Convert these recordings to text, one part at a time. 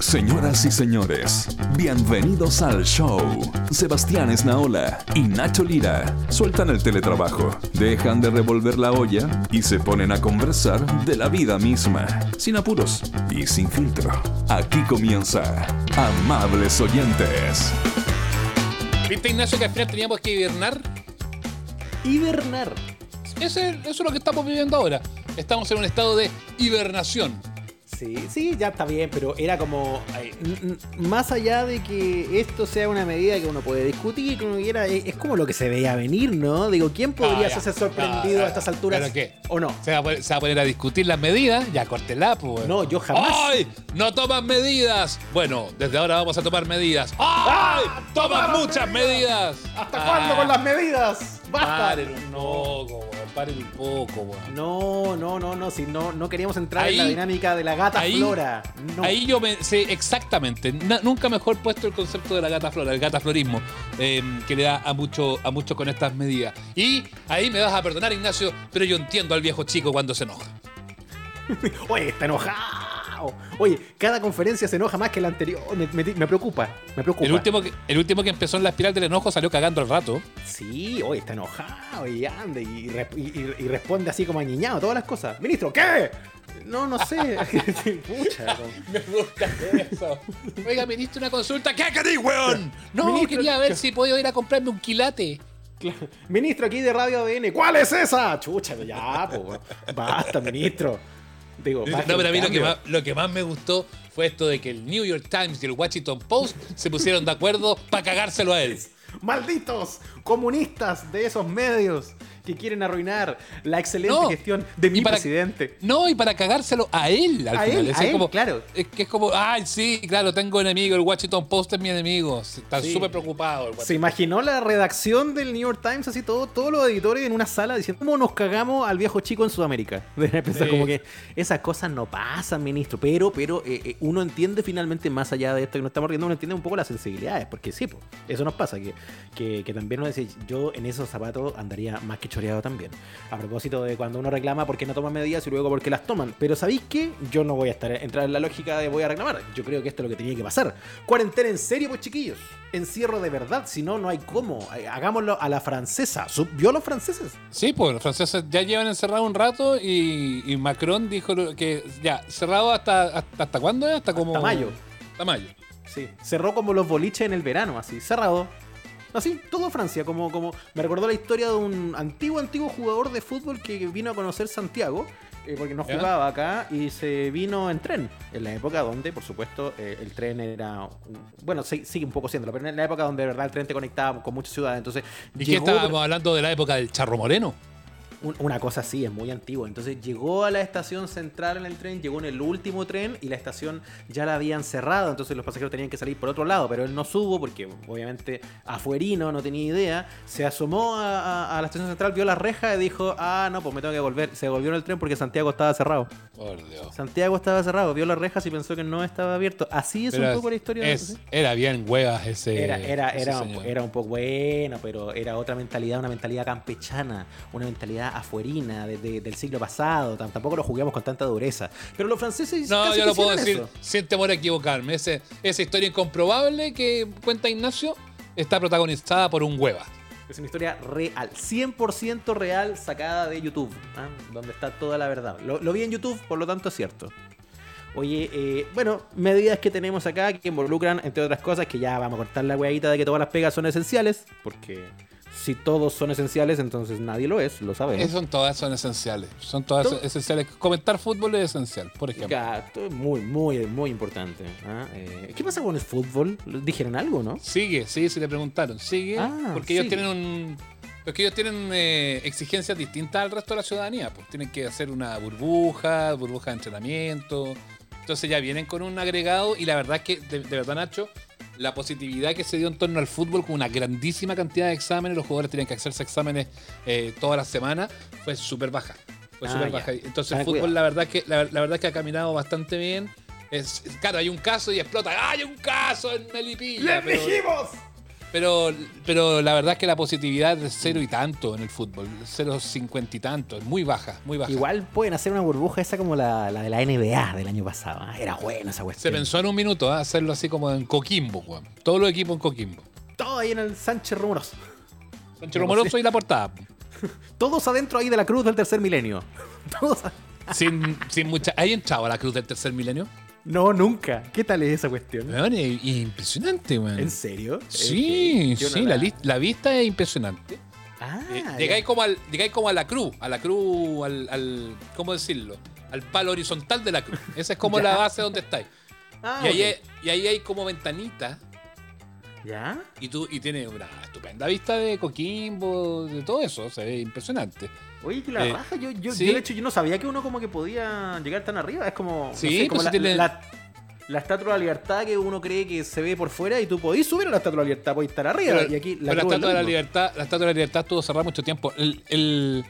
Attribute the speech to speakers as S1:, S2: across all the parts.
S1: Señoras y señores, bienvenidos al show. Sebastián Esnaola y Nacho Lira sueltan el teletrabajo, dejan de revolver la olla y se ponen a conversar de la vida misma, sin apuros y sin filtro. Aquí comienza Amables Oyentes.
S2: ¿Viste, Ignacio, que al final teníamos que hibernar?
S3: Hibernar.
S2: Ese- eso es lo que estamos viviendo ahora. Estamos en un estado de hibernación.
S3: Sí, sí, ya está bien, pero era como. ay, n- n- más allá de que esto sea una medida que uno puede discutir, que uno quiera, e, es, es como lo que se veía venir, ¿no? Digo, ¿quién podría
S2: Ah, ya.
S3: ser sorprendido
S2: Ah,
S3: a estas alturas?
S2: ¿Pero qué?
S3: ¿O no?
S2: ¿Se va, a poner, se va a poner a discutir las medidas? Ya, córtela, pues.
S3: No, yo jamás.
S2: ¡Ay! ¡No toman medidas! Bueno, desde ahora vamos a tomar medidas. ¡Ay! ¡Toman muchas medidas!
S3: Ah, ¿Hasta
S2: Ah,
S3: cuándo con las medidas? ¡Basta!
S2: Paren un poco, weón, paren un poco, weón.
S3: No, no, no, no, si no, no queríamos entrar
S2: Ahí-
S3: en la dinámica de la gata
S2: ahí-
S3: flora. No.
S2: Ahí yo me sé exactamente, na- nunca mejor puesto el concepto de la gata flora, el gata florismo, eh, que le da a mucho, a mucho con estas medidas. Y ahí me vas a perdonar, Ignacio, pero yo entiendo al viejo chico cuando se enoja.
S3: Oye, está enojado. Oye, cada conferencia se enoja más que la anterior. Me, me- me preocupa, me preocupa.
S2: El último, que, el último que empezó en la espiral del enojo salió cagando al rato.
S3: Sí, hoy está enojado y anda y, re- y- y- y responde así como añiñado todas las cosas. Ministro, ¿qué? No, no sé. Pucha, no.
S2: Me gusta eso. Oiga, ministro, una consulta. ¿Qué querís, weón? No,
S3: Ministro,
S2: quería ver si podía ir a comprarme un quilate.
S3: Claro. Ministro aquí de Radio ADN, ¿cuál es esa? Chucha, ya, po, weón. basta, ministro. Digo,
S2: No,
S3: baje el
S2: pero a mí lo que,
S3: cambio.
S2: más, lo que más me gustó fue esto de que el New York Times y el Washington Post se pusieron de acuerdo para cagárselo a él.
S3: Malditos comunistas de esos medios que quieren arruinar la excelente
S2: No.
S3: gestión de mi
S2: Y para-
S3: presidente.
S2: No, y para cagárselo a él al
S3: A
S2: final.
S3: él,
S2: Es
S3: a él,
S2: como,
S3: claro.
S2: Es que es como, ay, sí, claro, tengo enemigo, el Washington Post es mi enemigo. Están
S3: Sí.
S2: súper preocupados. el
S3: ¿Se
S2: Washington-
S3: imaginó la redacción del New York Times, así todo, todos los editores en una sala diciendo cómo nos cagamos al viejo chico en Sudamérica? De pensar
S2: Sí.
S3: como que esas cosas no pasan, ministro. Pero, pero eh, eh, uno entiende finalmente, más allá de esto que nos estamos riendo, uno entiende un poco las sensibilidades, porque sí, po, eso nos pasa, que, que, que también uno dice, yo en esos zapatos andaría más que choreado también. A propósito de cuando uno reclama porque no toman medidas y luego porque las toman. Pero ¿sabéis qué? Yo no voy a estar entrar en la lógica de voy a reclamar. Yo creo que esto es lo que tenía que pasar. Cuarentena en serio, pues chiquillos. Encierro de verdad, si no, no hay cómo. Eh, Hagámoslo a la francesa. Sub- ¿Vio a los franceses?
S2: Sí, pues los franceses ya llevan encerrado un rato y, y Macron dijo lo- que ya, cerrado hasta, hasta, ¿hasta cuándo es? Hasta como...
S3: Hasta mayo.
S2: Hasta mayo.
S3: Sí. Cerró como los boliches en el verano, así, cerrado. Así, todo Francia, como, como me recordó la historia de un antiguo, antiguo jugador de fútbol que vino a conocer Santiago, eh, porque no
S2: ¿Ya?
S3: jugaba acá, y se vino en tren, en la época donde, por supuesto, eh, el tren era, un- bueno, sí- sigue un poco siéndolo, pero en la época donde de verdad el tren te conectaba con muchas ciudades, entonces...
S2: ¿Y qué
S3: llegó-
S2: estábamos hablando de la época del Charro Moreno?
S3: un- una cosa así, es muy antigua. Entonces llegó a la estación central en el tren, llegó en el último tren y la estación ya la habían cerrado, entonces los pasajeros tenían que salir por otro lado, pero él no subo porque obviamente afuerino no tenía idea, se asomó a, a- a la estación central, vio la reja y dijo, ah, no, pues me tengo que volver. Se volvió en el tren porque Santiago estaba cerrado.
S2: Por Dios.
S3: Santiago estaba cerrado, vio las rejas y pensó que no estaba abierto. Así es
S2: Era-
S3: un poco la historia. de-
S2: es- Era bien huevas ese...
S3: era, era,
S2: ese
S3: era, un, po-
S2: señor.
S3: era un poco bueno, pero era otra mentalidad, una mentalidad campechana, una mentalidad afuerina de- de- del siglo pasado. Tam- Tampoco lo juguemos con tanta dureza. Pero los franceses.
S2: No,
S3: casi
S2: yo
S3: que
S2: lo puedo
S3: hicieron
S2: decir
S3: eso.
S2: sin temor a equivocarme. Ese- esa historia incomprobable que cuenta Ignacio está protagonizada por un hueva.
S3: Es una historia real, 100% real, sacada de YouTube, ¿ah? donde está toda la verdad. Lo, lo vi en YouTube, por lo tanto es cierto. Oye, eh, bueno, medidas que tenemos acá que involucran, entre otras cosas, que ya vamos a cortar la huevita de que todas las pegas son esenciales, porque si todos son esenciales, entonces nadie lo es, lo sabemos.
S2: Eh, Son todas son esenciales. Son todas
S3: Todo-
S2: esenciales. Comentar fútbol es esencial, por ejemplo.
S3: Gato, muy, muy, muy importante. ¿ah? Eh, ¿Qué pasa con el fútbol? ¿Dijeron algo, no?
S2: Sigue, sí, si le preguntaron. Sigue.
S3: Ah,
S2: porque ellos
S3: sigue.
S2: tienen un. Porque ellos tienen eh, exigencias distintas al resto de la ciudadanía. Pues tienen que hacer una burbuja, burbuja de entrenamiento. Entonces ya vienen con un agregado. Y la verdad es que, de, de verdad, Nacho, la positividad que se dio en torno al fútbol con una grandísima cantidad de exámenes, los jugadores tenían que hacerse exámenes eh, todas las semanas, fue súper baja. Fue
S3: Ah,
S2: súper
S3: ya.
S2: baja. Entonces
S3: Ah,
S2: el fútbol,
S3: cuidado.
S2: la verdad, es que, la, la verdad es que ha caminado bastante bien. Es, claro, hay un caso y explota. ¡Hay un caso en Melipilla! pero-
S3: dijimos!
S2: Pero, pero la verdad es que la positividad es cero y tanto en el fútbol, cero cincuenta y tanto, es muy baja, muy baja.
S3: Igual pueden hacer una burbuja esa como la, la de la NBA del año pasado. ¿ah? Era buena esa
S2: Se
S3: cuestión.
S2: pensó en un minuto ¿eh? hacerlo así como en Coquimbo, weón. Todos los equipos en Coquimbo.
S3: Todo ahí en el Sánchez Rumoroso.
S2: Pancho Romoroso y la portada.
S3: Todos adentro ahí de la cruz del tercer milenio. Todos a-
S2: Sin, sin mucha. Ahí entraba la cruz del tercer milenio.
S3: No, nunca. ¿Qué tal es esa cuestión?
S2: Weón, es, es impresionante, weón.
S3: ¿En serio?
S2: Sí,
S3: Ok. Yo no
S2: sí, la, lis- la vista es impresionante.
S3: Ah,
S2: Eh,
S3: ya.
S2: llegáis, como al, llegáis como a la cruz, a la cruz, al, al- ¿cómo decirlo? Al palo horizontal de la cruz. Esa es como
S3: Ya.
S2: la base donde estáis.
S3: Ah,
S2: y, ahí,
S3: ok.
S2: hay- y ahí hay como ventanitas
S3: ¿Ya?
S2: y tú y tiene una estupenda vista de Coquimbo, de todo eso, se ve impresionante.
S3: Oye, que la
S2: Eh,
S3: raja, yo, yo,
S2: sí.
S3: yo, de hecho yo no sabía que uno como que podía llegar tan arriba. Es como, no
S2: Sí,
S3: sé, como
S2: pues
S3: la,
S2: si tiene-
S3: la- la estatua de la libertad que uno cree que se ve por fuera y tú podís subir a la estatua de la libertad, podís estar arriba.
S2: Pero-
S3: y aquí
S2: pero la,
S3: la, cruz es lo
S2: estatua de la
S3: mismo.
S2: libertad, la estatua de la libertad estuvo cerrada mucho tiempo. El, el-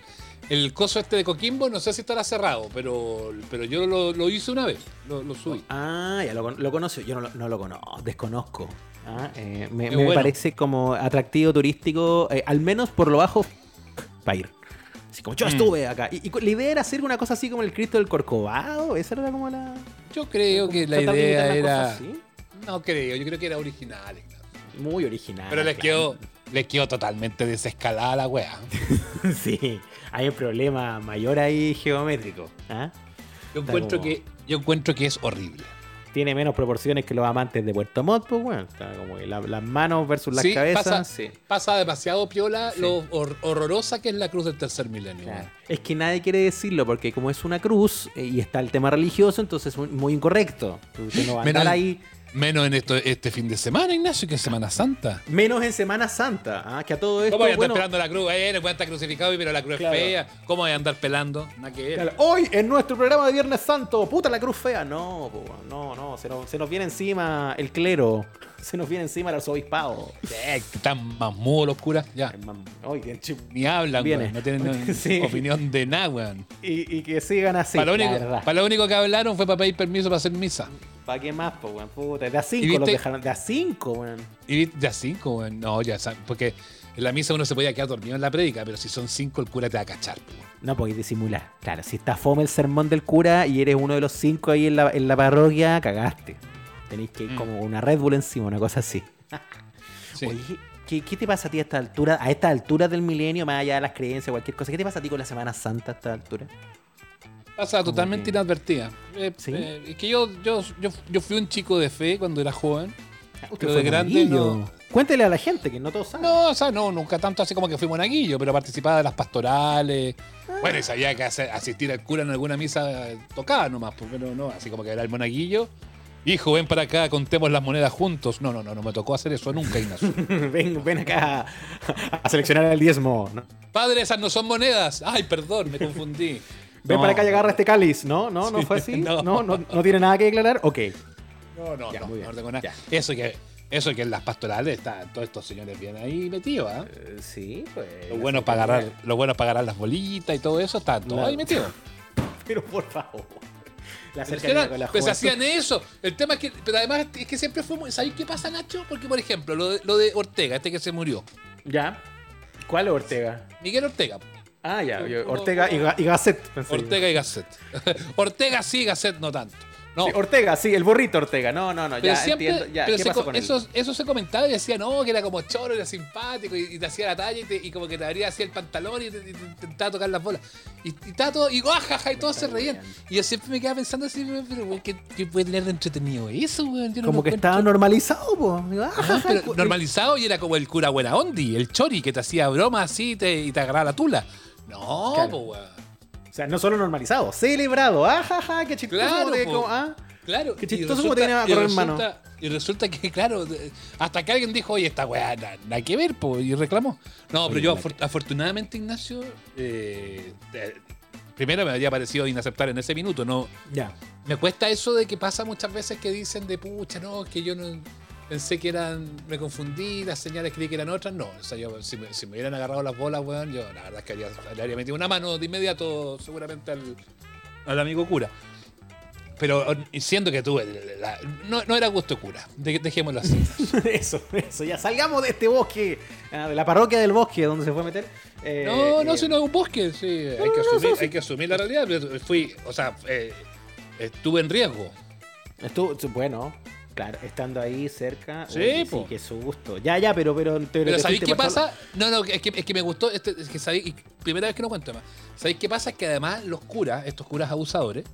S2: el coso este de Coquimbo, no sé si estará cerrado, pero, pero yo lo, lo hice una vez, lo, lo subí.
S3: Ah, ya lo, con- lo conocí. Yo no lo, no lo conozco, desconozco. Ah, eh, me
S2: Qué
S3: me
S2: bueno.
S3: parece como atractivo turístico, eh, al menos por lo bajo, para ir. Así como yo
S2: Mm.
S3: estuve acá. Y, y cu- la idea era hacer una cosa así como el Cristo del Corcovado. Esa era como la.
S2: Yo creo que la
S3: tratar de
S2: idea
S3: imitar las
S2: era.
S3: cosas así.
S2: No creo, yo creo que era original. claro.
S3: Muy original.
S2: Pero les
S3: Ah, claro.
S2: quedó, les quedó totalmente desescalada la wea.
S3: sí, hay un problema mayor ahí geométrico. ¿ah?
S2: Yo
S3: Está
S2: encuentro
S3: como-
S2: que, yo encuentro que es horrible.
S3: Tiene menos proporciones que los amantes de Puerto Montt, pues bueno. Está como que la- las manos versus las
S2: Sí,
S3: cabezas.
S2: pasa,
S3: sí.
S2: pasa demasiado piola
S3: Sí.
S2: lo hor- horrorosa que es la cruz del tercer milenio.
S3: Claro. Es que nadie quiere decirlo porque como es una cruz eh, y está el tema religioso, entonces es muy- muy incorrecto. Usted no va a
S2: Menos-
S3: andar ahí.
S2: Menos en esto, este fin de semana, Ignacio, que es Semana Santa.
S3: Menos en Semana Santa, ah, que a todo esto...
S2: ¿Cómo voy a andar
S3: bueno,
S2: pelando la cruz? Eh, no puede estar crucificado, pero la cruz
S3: Claro.
S2: es fea. ¿Cómo voy a andar pelando? Nada que ver.
S3: claro, Hoy en nuestro programa de Viernes Santo, puta la cruz fea. No, po, no, no, se nos, se nos viene encima el clero, se nos viene encima el arzobispado.
S2: Eh, están más mudos los curas. Ya.
S3: Hermano, Oye, qué chup-
S2: Ni hablan,
S3: Viene.
S2: weón. No tienen no,
S3: Sí.
S2: opinión de nada, weón.
S3: Y, y que sigan así.
S2: para, lo
S3: la
S2: único,
S3: verdad.
S2: para lo único que hablaron fue para pedir permiso para hacer misa.
S3: ¿Para qué más, po, weón? Puta, de a
S2: ¿Y
S3: 5 los
S2: viste?
S3: dejaron. De a 5, weón.
S2: Y vi- ya cinco, weón. No, ya sa- Porque en la misa uno se podía quedar dormido en la prédica, pero si son cinco, el cura te va a cachar, po, weón.
S3: No podéis disimular. Claro, si está fome el sermón del cura y eres uno de los cinco ahí en la, en la parroquia, cagaste. Tenéis que ir
S2: Mm.
S3: como una Red Bull encima, una cosa así.
S2: Sí.
S3: Oye, ¿qué, qué te pasa a ti a esta altura, a esta altura del milenio, más allá de las creencias, cualquier cosa? ¿Qué te pasa a ti con la Semana Santa a esta altura?
S2: Pasa totalmente
S3: que-
S2: inadvertida. Eh,
S3: ¿Sí?
S2: eh, es que yo, yo, yo, yo fui un chico de fe cuando era joven. Pero
S3: fue
S2: de grande
S3: monaguillo.
S2: no.
S3: Cuéntele a la gente que no todos saben.
S2: No, o sea, no, nunca tanto así como que fui monaguillo, pero participaba de las pastorales.
S3: Ah.
S2: Bueno, y sabía que hace- asistir al cura en alguna misa eh, tocaba nomás, porque no, no, así como que era el monaguillo. Hijo, ven para acá, contemos las monedas juntos. No, no, no, no me tocó hacer eso nunca, Ignacio.
S3: ven, ven acá a seleccionar el diezmo. ¿no?
S2: Padre, esas no son monedas. Ay, perdón, me confundí.
S3: Ven
S2: No,
S3: para acá y agarra este cáliz. No, no, no fue así.
S2: no.
S3: No. No, no, tiene nada que declarar. Ok.
S2: No, no,
S3: Ya,
S2: no,
S3: muy bien,
S2: no tengo nada.
S3: ya.
S2: Eso que, eso que en las pastorales están todos estos señores bien ahí metidos, ¿ah?
S3: sí, pues.
S2: Lo bueno para agarrar, lo bueno para agarrar las bolitas y todo eso, están todos
S3: La-
S2: ahí metidos.
S3: Pero por favor.
S2: Pero
S3: La
S2: es que
S3: cercanía
S2: era-
S3: con la
S2: pues
S3: juventud.
S2: hacían eso. El tema es que, pero además es que siempre fue, muy- ¿sabéis qué pasa, Nacho? Porque por ejemplo, lo de, lo de Ortega, este que se murió,
S3: ¿Ya? ¿Cuál Ortega?
S2: Miguel Ortega,
S3: Ah, ya. yo-
S2: Uno-
S3: Ortega y, Ga- y Gasset. pensé yo.
S2: Ortega y Gasset. Ortega sí, Gasset no tanto. No,
S3: Sí, Ortega, sí, el burrito Ortega. No, no, no.
S2: Pero
S3: Ya
S2: siempre,
S3: entiendo. Ya,
S2: pero
S3: ¿qué
S2: se
S3: pasó
S2: co-
S3: con él?
S2: eso, eso se comentaba y decía, no, que era como choro, era simpático y, y te hacía la talla y, te- y como que te abría así el pantalón y te, te- te intentaba tocar las bolas. Y, y estaba todo, y guajaja, y todos se reían. Y yo siempre me quedaba pensando así, pero, pero, güey, ¿qué, qué puede tener de entretenido eso, güey? Yo no
S3: Como
S2: lo
S3: que
S2: encuentro-
S3: estaba normalizado, po. Digo, ah,
S2: Ajá,
S3: jaja,
S2: pero
S3: cu-
S2: normalizado y era como el cura buena ondi, el chori, que te hacía broma así y te, y te agarraba la tula. No, pues,
S3: Claro.
S2: po, güey.
S3: O sea, no solo normalizado, celebrado. Ah, jaja, qué chistoso.
S2: Claro,
S3: como te-
S2: po.
S3: como- ah.
S2: Claro.
S3: Qué
S2: y
S3: chistoso como te viene a
S2: y
S3: correr en
S2: resulta-
S3: mano.
S2: Y resulta que, claro, de- hasta que alguien dijo, oye, esta weá, na- nada que ver, po, y reclamó. No, pero
S3: Oye,
S2: yo
S3: la
S2: afor- afortunadamente, Ignacio, eh, eh, primero me había parecido inaceptable en ese minuto, ¿no?
S3: Ya.
S2: Me cuesta eso de que pasa muchas veces que dicen de pucha, no, que yo no pensé que eran, me confundí, las señales creí que eran otras. No, o sea, yo, si, me, si me hubieran agarrado las bolas, weón, yo la verdad es que habría- le habría metido una mano de inmediato seguramente al, al amigo cura. Pero siento que tuve. la- no, no era gusto de cura. De- dejémoslo así.
S3: eso, eso, ya salgamos de este bosque, ah, de la parroquia del bosque donde se fue a meter. Eh,
S2: No, no,
S3: eh,
S2: si no es un bosque, sí. Hay,
S3: no,
S2: que
S3: no,
S2: asumir,
S3: no, sí.
S2: hay que asumir la realidad. pero Fui, o sea, eh, estuve en riesgo.
S3: Estuvo, estu- bueno, claro, estando ahí cerca.
S2: Sí,
S3: oye,
S2: po.
S3: qué susto. Ya, ya, pero. Pero, pero,
S2: Pero
S3: te
S2: ¿sabéis
S3: fuiste
S2: qué
S3: por todo-
S2: pasa? No, no, es que, es que me gustó. Este, es que sabéis- y primera vez que no cuento más. ¿Sabéis qué pasa? Es que además los curas, estos curas abusadores,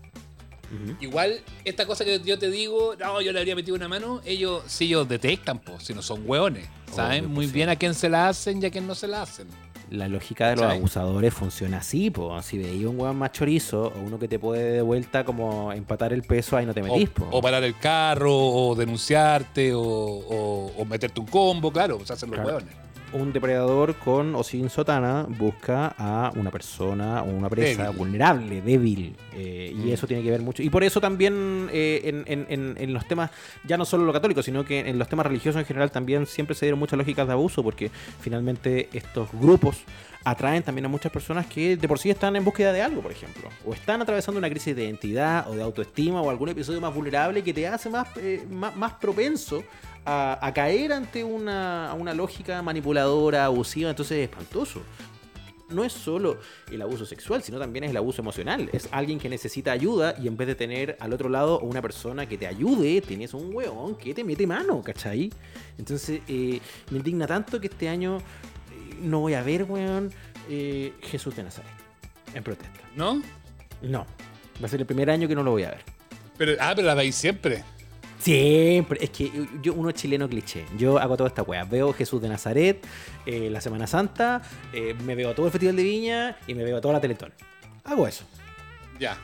S3: Ujú.
S2: igual esta cosa que yo te digo, no, yo le habría metido una mano, ellos sí ellos detectan, pues, si no son hueones. Saben
S3: Obvio,
S2: muy
S3: pues, sí.
S2: bien a quién se la hacen y a quién no se la hacen.
S3: La lógica de los
S2: ¿Sabes?
S3: abusadores funciona así, po. Si veis un weón más chorizo o uno que te puede de vuelta como empatar el peso, ahí no te
S2: O,
S3: metís, po.
S2: o parar el carro, o denunciarte, o, o- o meterte un combo, claro, se hacen los
S3: Claro.
S2: hueones.
S3: Un depredador con o sin sotana busca a una persona o una presa
S2: Débil.
S3: vulnerable, débil. eh, Y
S2: Mm.
S3: eso tiene que ver mucho. Y por eso también eh, en, en- en- en los temas, ya no solo lo católico, sino que en los temas religiosos en general también siempre se dieron muchas lógicas de abuso, porque finalmente estos grupos atraen también a muchas personas que de por sí están en búsqueda de algo, por ejemplo. O están atravesando una crisis de identidad o de autoestima o algún episodio más vulnerable que te hace más, eh, más, más propenso a, a caer ante una, a una lógica manipuladora, abusiva. Entonces es espantoso. No es solo el abuso sexual, sino también es el abuso emocional. Es alguien que necesita ayuda y en vez de tener al otro lado una persona que te ayude, tienes un huevón que te mete mano, ¿cachai? Entonces eh, me indigna tanto que este año eh, no voy a ver, weón, eh, Jesús de Nazaret en protesta.
S2: ¿No?
S3: No. Va a ser el primer año que no lo voy a ver.
S2: Pero, ah, pero la veis siempre.
S3: Siempre. Es que yo, uno es chileno cliché. Yo hago toda esta wea. Veo Jesús de Nazaret, eh, la Semana Santa, eh, me veo todo el Festival de Viña y me veo toda la Teletón. Hago eso.
S2: Ya.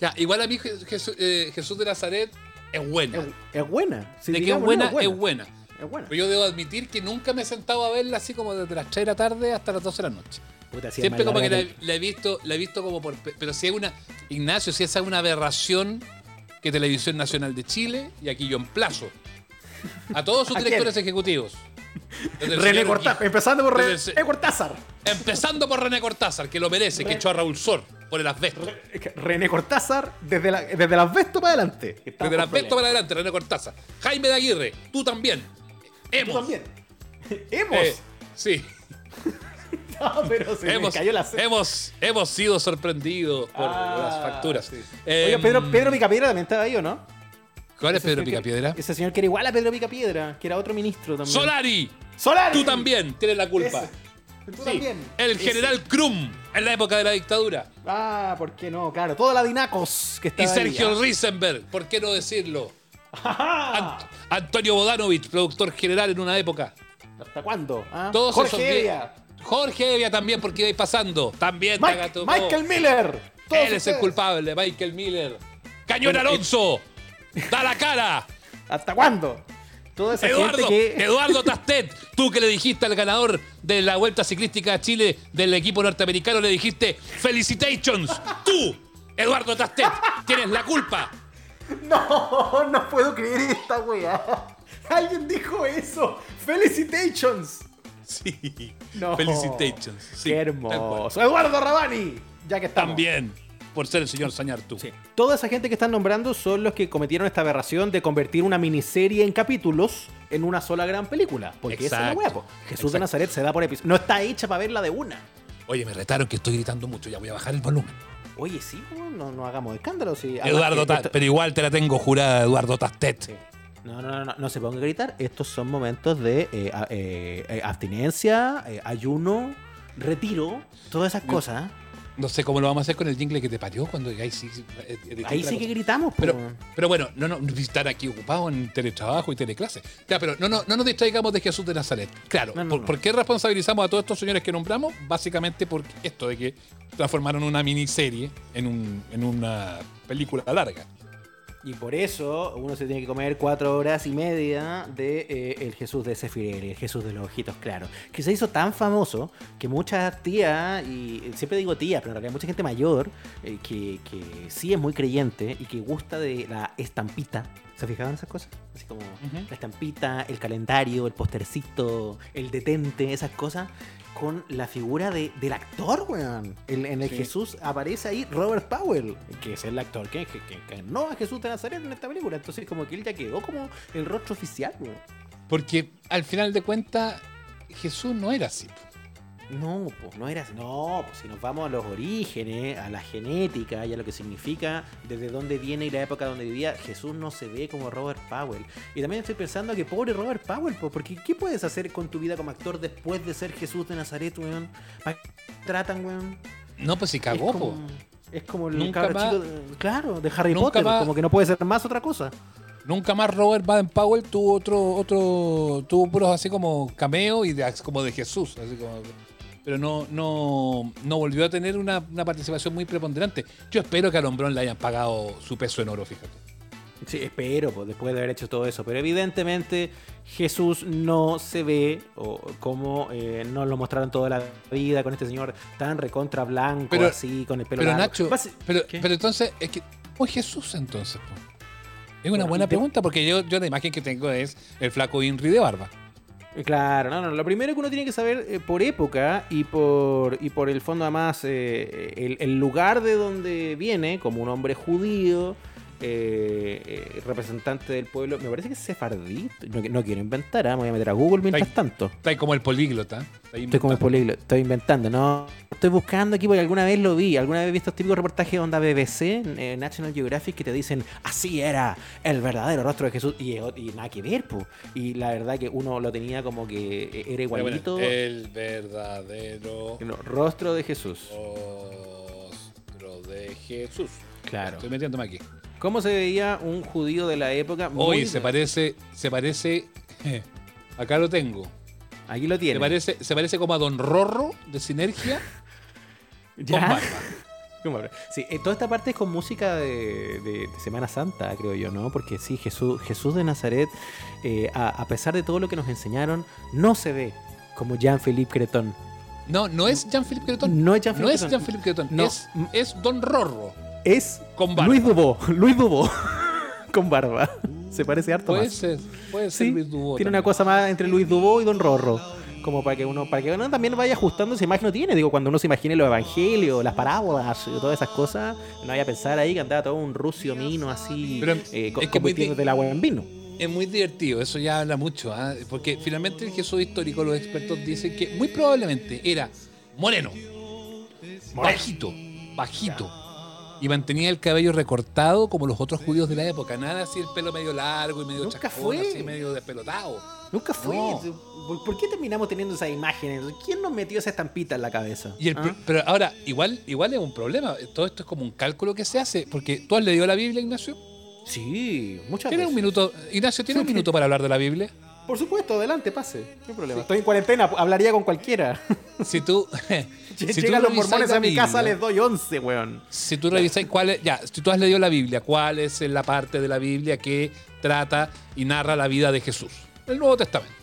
S2: Ya, igual a mí Je- Jesús, eh, Jesús de Nazaret es buena.
S3: Es, es buena. Sí,
S2: de que es
S3: digamos,
S2: buena,
S3: no,
S2: es buena.
S3: Es buena.
S2: Pero yo debo admitir que nunca me he sentado a verla así como desde las 3 de la tarde hasta las 12 de la noche.
S3: Puta, sí, es
S2: Siempre
S3: más
S2: como que
S3: larga
S2: la, la he visto, la he visto como por. pe- Pero si es una. Ignacio, si esa es una aberración que Televisión Nacional de Chile, y aquí yo emplazo a todos sus
S3: ¿A quién?
S2: directores ejecutivos. Desde el
S3: René
S2: señor-
S3: Cortázar. Empezando por
S2: desde
S3: René
S2: el se-
S3: René Cortázar.
S2: Empezando por René Cortázar, que lo merece, que
S3: Re-
S2: echó a Raúl Sor por el asbesto.
S3: René Cortázar desde, la, desde el asbesto para adelante.
S2: Desde el asbesto
S3: Estamos
S2: para adelante, René Cortázar. Jaime de Aguirre, tú también. Hemos.
S3: con problemas. Tú también. Hemos.
S2: Eh, sí.
S3: No, pero se
S2: hemos,
S3: me cayó la ce-
S2: hemos, hemos sido sorprendidos por
S3: Ah,
S2: las facturas.
S3: sí.
S2: Eh,
S3: Oye, Pedro, Pedro Picapiedra también estaba ahí, ¿o no?
S2: ¿Cuál es
S3: Ese
S2: Pedro
S3: señor que-
S2: Picapiedra?
S3: Ese señor que era igual a Pedro Picapiedra, que era otro ministro también.
S2: ¡Solari!
S3: ¡Solari!
S2: Tú también tienes la culpa.
S3: Ese. Tú
S2: Sí.
S3: también.
S2: El
S3: Ese.
S2: general Krum en la época de la dictadura.
S3: Ah, ¿por qué no? Claro, toda la Dinacos que está
S2: Y
S3: ¿ah?
S2: Sergio Risenberg, ¿por qué no decirlo? Ant- Antonio Bodanovich, productor general en una época.
S3: ¿Hasta cuándo? ah?
S2: Todos esos
S3: Jorge
S2: vie-
S3: Evia.
S2: Jorge Evia también, porque iba pasando. También
S3: Mike-
S2: taca, tocó.
S3: Michael Miller. Todos
S2: Él es el
S3: ustedes.
S2: culpable, Michael Miller. Cañón Alonso. Da la cara.
S3: ¿Hasta cuándo? Toda esa
S2: Eduardo,
S3: gente que.
S2: Eduardo Tastet, tú que le dijiste al ganador de la Vuelta Ciclística a Chile del equipo norteamericano, le dijiste Felicitations. Tú, Eduardo Tastet, tienes la culpa.
S3: No, no puedo creer esta weá. Alguien dijo eso. ¡Felicitations!
S2: Sí.
S3: No.
S2: Felicitations. Sí,
S3: Qué
S2: tal cual.
S3: hermoso. Eduardo Rabani. Ya que estamos.
S2: También, por ser el señor Sañartu.
S3: Sí. Toda esa gente que están nombrando son los que cometieron esta aberración de convertir una miniserie en capítulos en una sola gran película. Porque esa es
S2: Exacto.
S3: la huevo. Jesús
S2: Exacto.
S3: de Nazaret se da por episodio. No está hecha para verla de una.
S2: Oye, me retaron que estoy gritando mucho, ya voy a bajar el volumen.
S3: Oye, sí, no, no, no hagamos escándalo. sí. Además
S2: Eduardo
S3: que
S2: Ta-
S3: esto-
S2: pero igual te la tengo jurada, Eduardo Tastet.
S3: No, no, no, no, no se ponga a gritar. Estos son momentos de eh, a- eh, eh, abstinencia, eh, ayuno, retiro, todas esas cosas.
S2: No sé cómo lo vamos a hacer con el jingle que te parió cuando ahí sí. eh, eh,
S3: Ahí
S2: otra
S3: sí que
S2: cosa.
S3: gritamos, pero.
S2: Pero, pero bueno, no, no, estar aquí ocupados en teletrabajo y teleclase. Ya, pero no, no, no nos distraigamos de Jesús de Nazaret. Claro,
S3: No, no,
S2: ¿por,
S3: no.
S2: por qué responsabilizamos a todos estos señores que nombramos? Básicamente por esto de que transformaron una miniserie en, un, en una película larga.
S3: Y por eso uno se tiene que comer cuatro horas y media de eh, el Jesús de Sefirelli, el Jesús de los ojitos claros, que se hizo tan famoso que muchas tías, y eh, siempre digo tías, pero en realidad mucha gente mayor, eh, que, que sí es muy creyente y que gusta de la estampita. ¿Se fijaban en esas cosas? Así como la estampita, el calendario, el postercito, el detente, esas cosas. con la figura de, del actor, weón. El- en el
S2: Sí.
S3: Jesús aparece ahí Robert Powell, que es el actor que, que, que encarnó a Jesús de Nazaret en esta película. Entonces, como que él ya quedó como el rostro oficial, weón.
S2: Porque al final de cuentas, Jesús no era así.
S3: No, pues no era así. No, pues si nos vamos a los orígenes, a la genética y a lo que significa, desde dónde viene y la época donde vivía, Jesús no se ve como Robert Powell. Y también estoy pensando que pobre Robert Powell, po, porque ¿qué puedes hacer con tu vida como actor después de ser Jesús de Nazaret, weón? ¿Para qué te tratan, weón?
S2: No, pues si
S3: Es
S2: cagó, po.
S3: como- Es como el
S2: Nunca
S3: cabro
S2: más-
S3: chico, de- claro, de Harry
S2: nunca
S3: Potter,
S2: más-
S3: como que no puede ser más otra cosa.
S2: Nunca más Robert Baden Powell tuvo otro, otro, tuvo puros así como cameo y de- como de Jesús, así como- pero no, no, no volvió a tener una, una participación muy preponderante. Yo espero que a Lombrón le hayan pagado su peso en oro, fíjate.
S3: Sí, espero, pues, después de haber hecho todo eso. Pero evidentemente Jesús no se ve o, como eh, nos lo mostraron toda la vida con este señor tan recontra blanco,
S2: Pero-
S3: así, con el pelo
S2: Pero,
S3: largo.
S2: Nacho,
S3: Basi-
S2: pero,
S3: ¿Qué?
S2: pero entonces, es que, ¿cómo es Jesús entonces? po? Es una
S3: Bueno,
S2: buena
S3: de-
S2: pregunta, porque yo, yo la imagen que tengo es el flaco Inri de barba.
S3: Eh, Claro, no, no. Lo primero que uno tiene que saber eh, por época y por, y por el fondo, además, eh, el, el lugar de donde viene, como un hombre judío, eh, eh, representante del pueblo, me parece que es sefardí. No, no quiero inventar, ¿ah? me voy a meter a Google mientras
S2: Ay.
S3: tanto.
S2: Está ahí como el políglota. ¿eh? está ahí
S3: Estoy como
S2: inventando.
S3: el políglota, estoy inventando, no. Estoy buscando aquí porque alguna vez lo vi, alguna vez he visto típicos reportajes de onda BBC, eh, National Geographic, que te dicen, así era el verdadero rostro de Jesús, y, es ot- y nada que ver, po. Y la verdad que uno lo tenía como que eh, era
S2: Pero bueno,
S3: igualito.
S2: el verdadero
S3: No, rostro de Jesús.
S2: rostro de Jesús.
S3: Claro.
S2: Estoy metiéndome aquí.
S3: ¿Cómo se veía un judío de la época? Muy
S2: Oye,
S3: bien.
S2: se parece, se parece, eh, acá lo tengo.
S3: Aquí lo
S2: Se
S3: tiene.
S2: parece, se parece como a Don Rorro de Sinergia con
S3: ¿Ya?
S2: barba.
S3: Con barba. Sí, eh, toda esta parte es con música de, de- de Semana Santa, creo yo, ¿no? Porque sí, Jesús, Jesús de Nazaret, eh, a, a pesar de todo lo que nos enseñaron, no se ve como Jean-Philippe Creton.
S2: No, no es Jean-Philippe Creton.
S3: No es Jean-Philippe
S2: No es
S3: Creton.
S2: Jean-Philippe Creton.
S3: No.
S2: Es, es Don Rorro
S3: Es
S2: con barba.
S3: Luis Dubó. Luis Dubó. con barba. Se parece harto
S2: Puede
S3: más.
S2: ser, puede ser
S3: Sí,
S2: Luis Dubó
S3: tiene
S2: también.
S3: una cosa más entre Luis Dubó y Don Rorro. Como para que uno, para que uno también vaya ajustando esa imagen que uno tiene. Digo, cuando uno se imagine los evangelios, las parábolas, y todas esas cosas, no vaya a pensar ahí que andaba todo un rucio mino así,
S2: Pero
S3: eh, co-
S2: es que
S3: convirtiéndote el agua en vino.
S2: Es muy divertido, eso ya habla mucho, ¿ah? porque finalmente el Jesús histórico, los expertos dicen que muy probablemente era moreno, bajito, bajito, y mantenía el cabello recortado como los otros judíos de la época, nada así el pelo medio largo y medio
S3: Nunca
S2: chascón,
S3: fue.
S2: así medio despelotado.
S3: Nunca fue.
S2: No.
S3: ¿Por- ¿Por qué terminamos teniendo esas imágenes? ¿Quién nos metió esa estampita en la cabeza?
S2: Y el
S3: ¿Ah?
S2: pro- Pero ahora, igual, igual es un problema, todo esto es como un cálculo que se hace, porque tú has leído la Biblia, Ignacio.
S3: Sí, muchas
S2: ¿Tienes
S3: veces.
S2: un minuto, Ignacio, ¿tienes un
S3: Sí.
S2: minuto para hablar de la Biblia?
S3: Por supuesto, adelante, pase. No hay problema. Estoy en cuarentena, hablaría con cualquiera.
S2: Si tú... si tú
S3: Llegan los
S2: revisas
S3: mormones
S2: la
S3: a mi casa,
S2: Biblia-
S3: les doy once, weón.
S2: Si tú revisas cuál es, ya, si tú has leído la Biblia, ¿cuál es la parte de la Biblia que trata y narra la vida de Jesús? El Nuevo Testamento.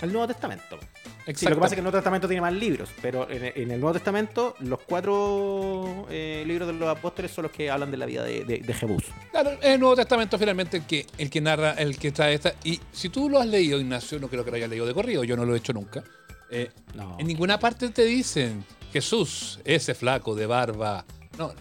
S3: Al Nuevo Testamento. Sí,
S2: Exacto.
S3: lo que pasa es que el Nuevo Testamento tiene más libros, pero en, en el Nuevo Testamento los cuatro eh, libros de los apóstoles son los que hablan de la vida de, de, de Jesús.
S2: Claro, es el Nuevo Testamento finalmente el que, el que narra, el que trae esta. Y si tú lo has leído, Ignacio, no creo que lo hayas leído de corrido, yo no lo he hecho nunca. eh,
S3: No.
S2: En ninguna parte te dicen Jesús, ese flaco de barba. No,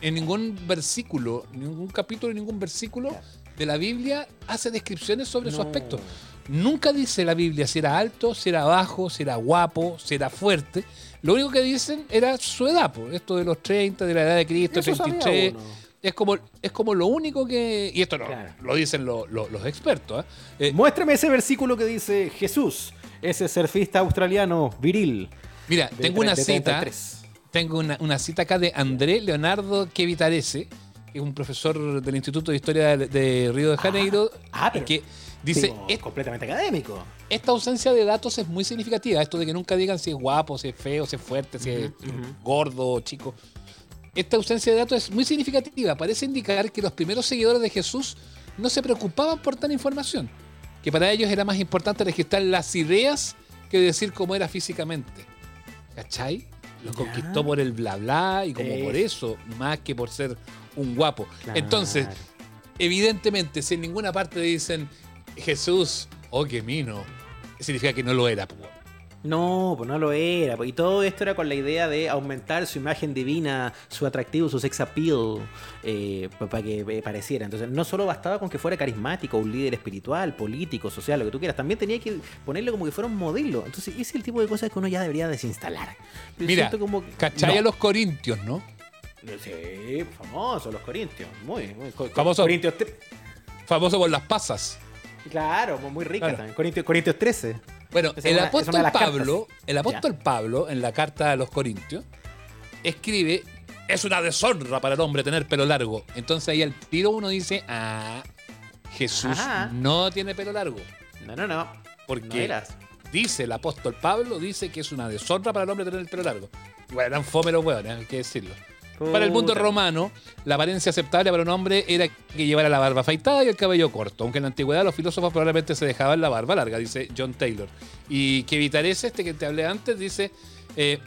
S2: en ningún versículo, ningún capítulo, ningún versículo de la Biblia hace descripciones sobre su
S3: No.
S2: aspecto. Nunca dice la Biblia si era alto, si era bajo, si era guapo, si era fuerte. Lo único que dicen era su edad, po. esto de los 30, de la edad de Cristo,
S3: Eso sabía
S2: 33.
S3: uno.
S2: Es como, es como lo único que. Y esto no,
S3: Claro.
S2: lo dicen lo- lo- los expertos. ¿ah? Eh,
S3: Muéstrame ese versículo que dice Jesús, ese surfista australiano viril.
S2: mira,
S3: de
S2: tengo una
S3: tre- de
S2: cita.
S3: 33.
S2: Tengo una, una cita acá de André Leonardo Kevitarese, que es un profesor del Instituto de Historia de, de Río de Janeiro,
S3: ah,
S2: y
S3: pero-
S2: que dice,
S3: Tipo,
S2: "Es-
S3: completamente académico.
S2: esta ausencia de datos es muy significativa, esto de que nunca digan si es guapo, si es feo, si es fuerte, si es gordo o chico. Esta ausencia de datos es muy significativa, parece indicar que los primeros seguidores de Jesús no se preocupaban por tal información, que para ellos era más importante registrar las ideas que decir cómo era físicamente. ¿Cachai? Los
S3: Ya.
S2: conquistó por el bla bla y como
S3: Es.
S2: por eso, más que por ser un guapo.
S3: Claro.
S2: Entonces, evidentemente, si en ninguna parte dicen Jesús, oh, qué mino, significa que no lo era. po.
S3: No, pues no lo era. pues, Y todo esto era con la idea de aumentar su imagen divina, su atractivo, su sex appeal, eh, pa- para que eh, pareciera. Entonces, no solo bastaba con que fuera carismático, un líder espiritual, político, social, lo que tú quieras. También tenía que ponerle como que fuera un modelo. Entonces, ese es el tipo de cosas que uno ya debería desinstalar. Yo
S2: Mira,
S3: siento como-
S2: ¿cachai
S3: No.
S2: a los corintios, no?
S3: Sí, famosos los corintios. Muy, muy. co-
S2: Famosos.
S3: Corintios tre-
S2: Famoso por las pasas.
S3: Claro, muy ricas
S2: Claro.
S3: también. Corintios, Corintios 13.
S2: Bueno,
S3: Esa es
S2: el
S3: una- es una
S2: apóstol
S3: de las
S2: Pablo, el apóstol
S3: Ya.
S2: Pablo, en la carta a los Corintios, escribe, es una deshonra para el hombre tener pelo largo. Entonces ahí al tiro uno dice, ah, Jesús
S3: Ajá.
S2: no tiene pelo largo.
S3: No, no, no.
S2: ¿Por
S3: No
S2: qué?
S3: eras.
S2: Dice el apóstol Pablo, dice que es una deshonra para el hombre tener el pelo largo. Igual eran fome los hueones, hay que decirlo. Para el mundo
S3: Puta.
S2: romano, la apariencia aceptable para un hombre era que llevara la barba afeitada y el cabello corto, aunque en la antigüedad los filósofos probablemente se dejaban la barba larga, dice John Taylor. Y que evitarés este que te hablé antes, dice, eh,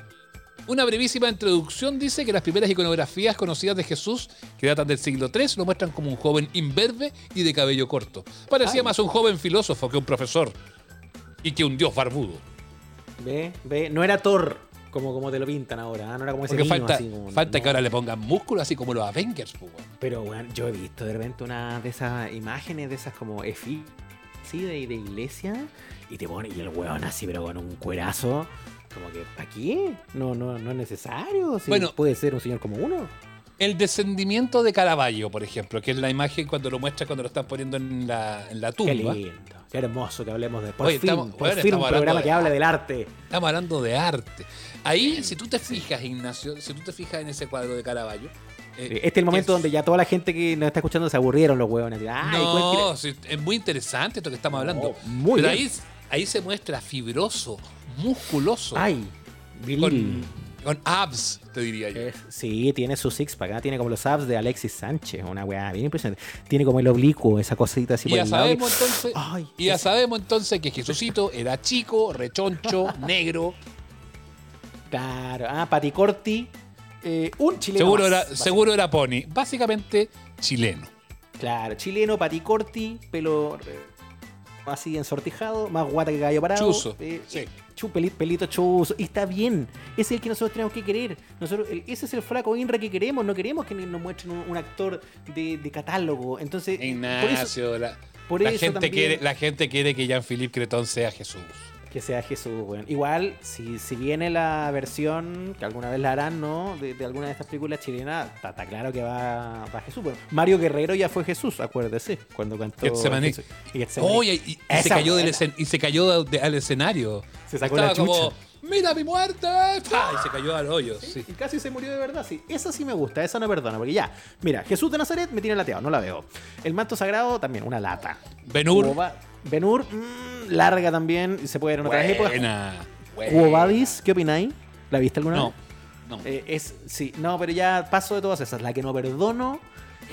S2: una brevísima introducción dice que las primeras iconografías conocidas de Jesús, que datan del siglo III, lo muestran como un joven imberbe y de cabello corto. Parecía
S3: Ay.
S2: más un joven filósofo que un profesor y que un dios barbudo.
S3: Ve, ve, no era Thor como, como te lo pintan ahora, ¿ah? no era como ese
S2: Porque
S3: niño
S2: falta,
S3: así como-
S2: falta
S3: no.
S2: que ahora le pongan músculo, así como los Avengers. pues, weón.
S3: Pero bueno, yo he visto de repente una de esas imágenes, de esas como efi, sí, de, de iglesia, y te pone, y el weón así, pero con un cuerazo, como que, ¿para qué? No, no, no es necesario, si
S2: Bueno.
S3: puede ser un señor como uno.
S2: El descendimiento de Caravaggio, por ejemplo, que es la imagen cuando lo muestra cuando lo están poniendo en la, en la
S3: Qué
S2: tumba.
S3: lindo, qué hermoso que hablemos de, por
S2: Oye,
S3: fin,
S2: estamos-
S3: por
S2: bueno,
S3: fin un
S2: estamos hablando
S3: programa
S2: de-
S3: que habla del arte.
S2: Estamos hablando de arte. Ahí, si tú te fijas, Ignacio, si tú te fijas en ese cuadro de Caravaggio. eh,
S3: Este es el momento
S2: es-
S3: donde ya toda la gente que nos está escuchando se aburrieron los weones. Ay,
S2: no,
S3: cuéntale.
S2: sí, es muy interesante esto que estamos hablando.
S3: No, muy
S2: Pero
S3: bien.
S2: ahí, ahí se muestra fibroso, musculoso,
S3: Ay, viril.
S2: con, con abs, te diría yo.
S3: Es- Sí, tiene su six pack, ¿ah? tiene como los abs de Alexis Sánchez, una weá bien impresionante. Tiene como el oblicuo, esa cosita así
S2: Y
S3: por
S2: ya
S3: el lado que-
S2: sabemos entonces,
S3: Ay,
S2: y ya
S3: ese-
S2: sabemos entonces que Jesucito era chico, rechoncho, negro.
S3: Claro, ah, Paticorti, eh, un chileno.
S2: Seguro
S3: más,
S2: era,
S3: básicamente.
S2: seguro era Pony. Básicamente chileno.
S3: Claro, chileno, Paticorti, pelo eh, así ensortijado, más guata que gallo parado.
S2: Chuzo,
S3: eh,
S2: sí.
S3: chu- peli- pelito chuzo, y está bien. Ese es el que nosotros tenemos que querer. Nosotros, el- ese es el flaco Inra que queremos. No queremos que nos muestren un, un actor de, de catálogo. Entonces, por eso-
S2: Ignacio, la,
S3: por
S2: la
S3: eso
S2: gente
S3: también-
S2: quiere, la gente quiere que Jean-Philippe Cretón sea Jesús.
S3: Que sea Jesús, weón. Igual, si, si viene la versión, que alguna vez la harán, ¿no? De, de alguna de estas películas chilenas, está, está claro que va, va Jesús. Bueno, Mario Guerrero ya fue Jesús, acuérdese, cuando cantó.
S2: Getsemaní.
S3: Jesús. Y Getsemaní.
S2: Oye, y, y se
S3: Esa
S2: cayó, del
S3: buena.
S2: escen- y se cayó de- al escenario.
S3: Se sacó
S2: Estaba
S3: la chucha.
S2: como, ¡Mira mi muerte! ¡Fa! Y se cayó al hoyo. sí.
S3: Y casi se murió de verdad, sí. Esa sí me gusta, esa no perdona, porque ya. Mira, Jesús de Nazaret me tiene lateado, no la veo. El manto sagrado también, una lata.
S2: Ben-Hur.
S3: Benur, mm, larga también, se puede ver en otras épocas.
S2: Buena. buena.
S3: Cuo Vadis, ¿qué opináis? ¿La viste alguna
S2: No,
S3: vez?
S2: no.
S3: Eh, es, sí, no, pero ya paso de todas esas. La que no perdono,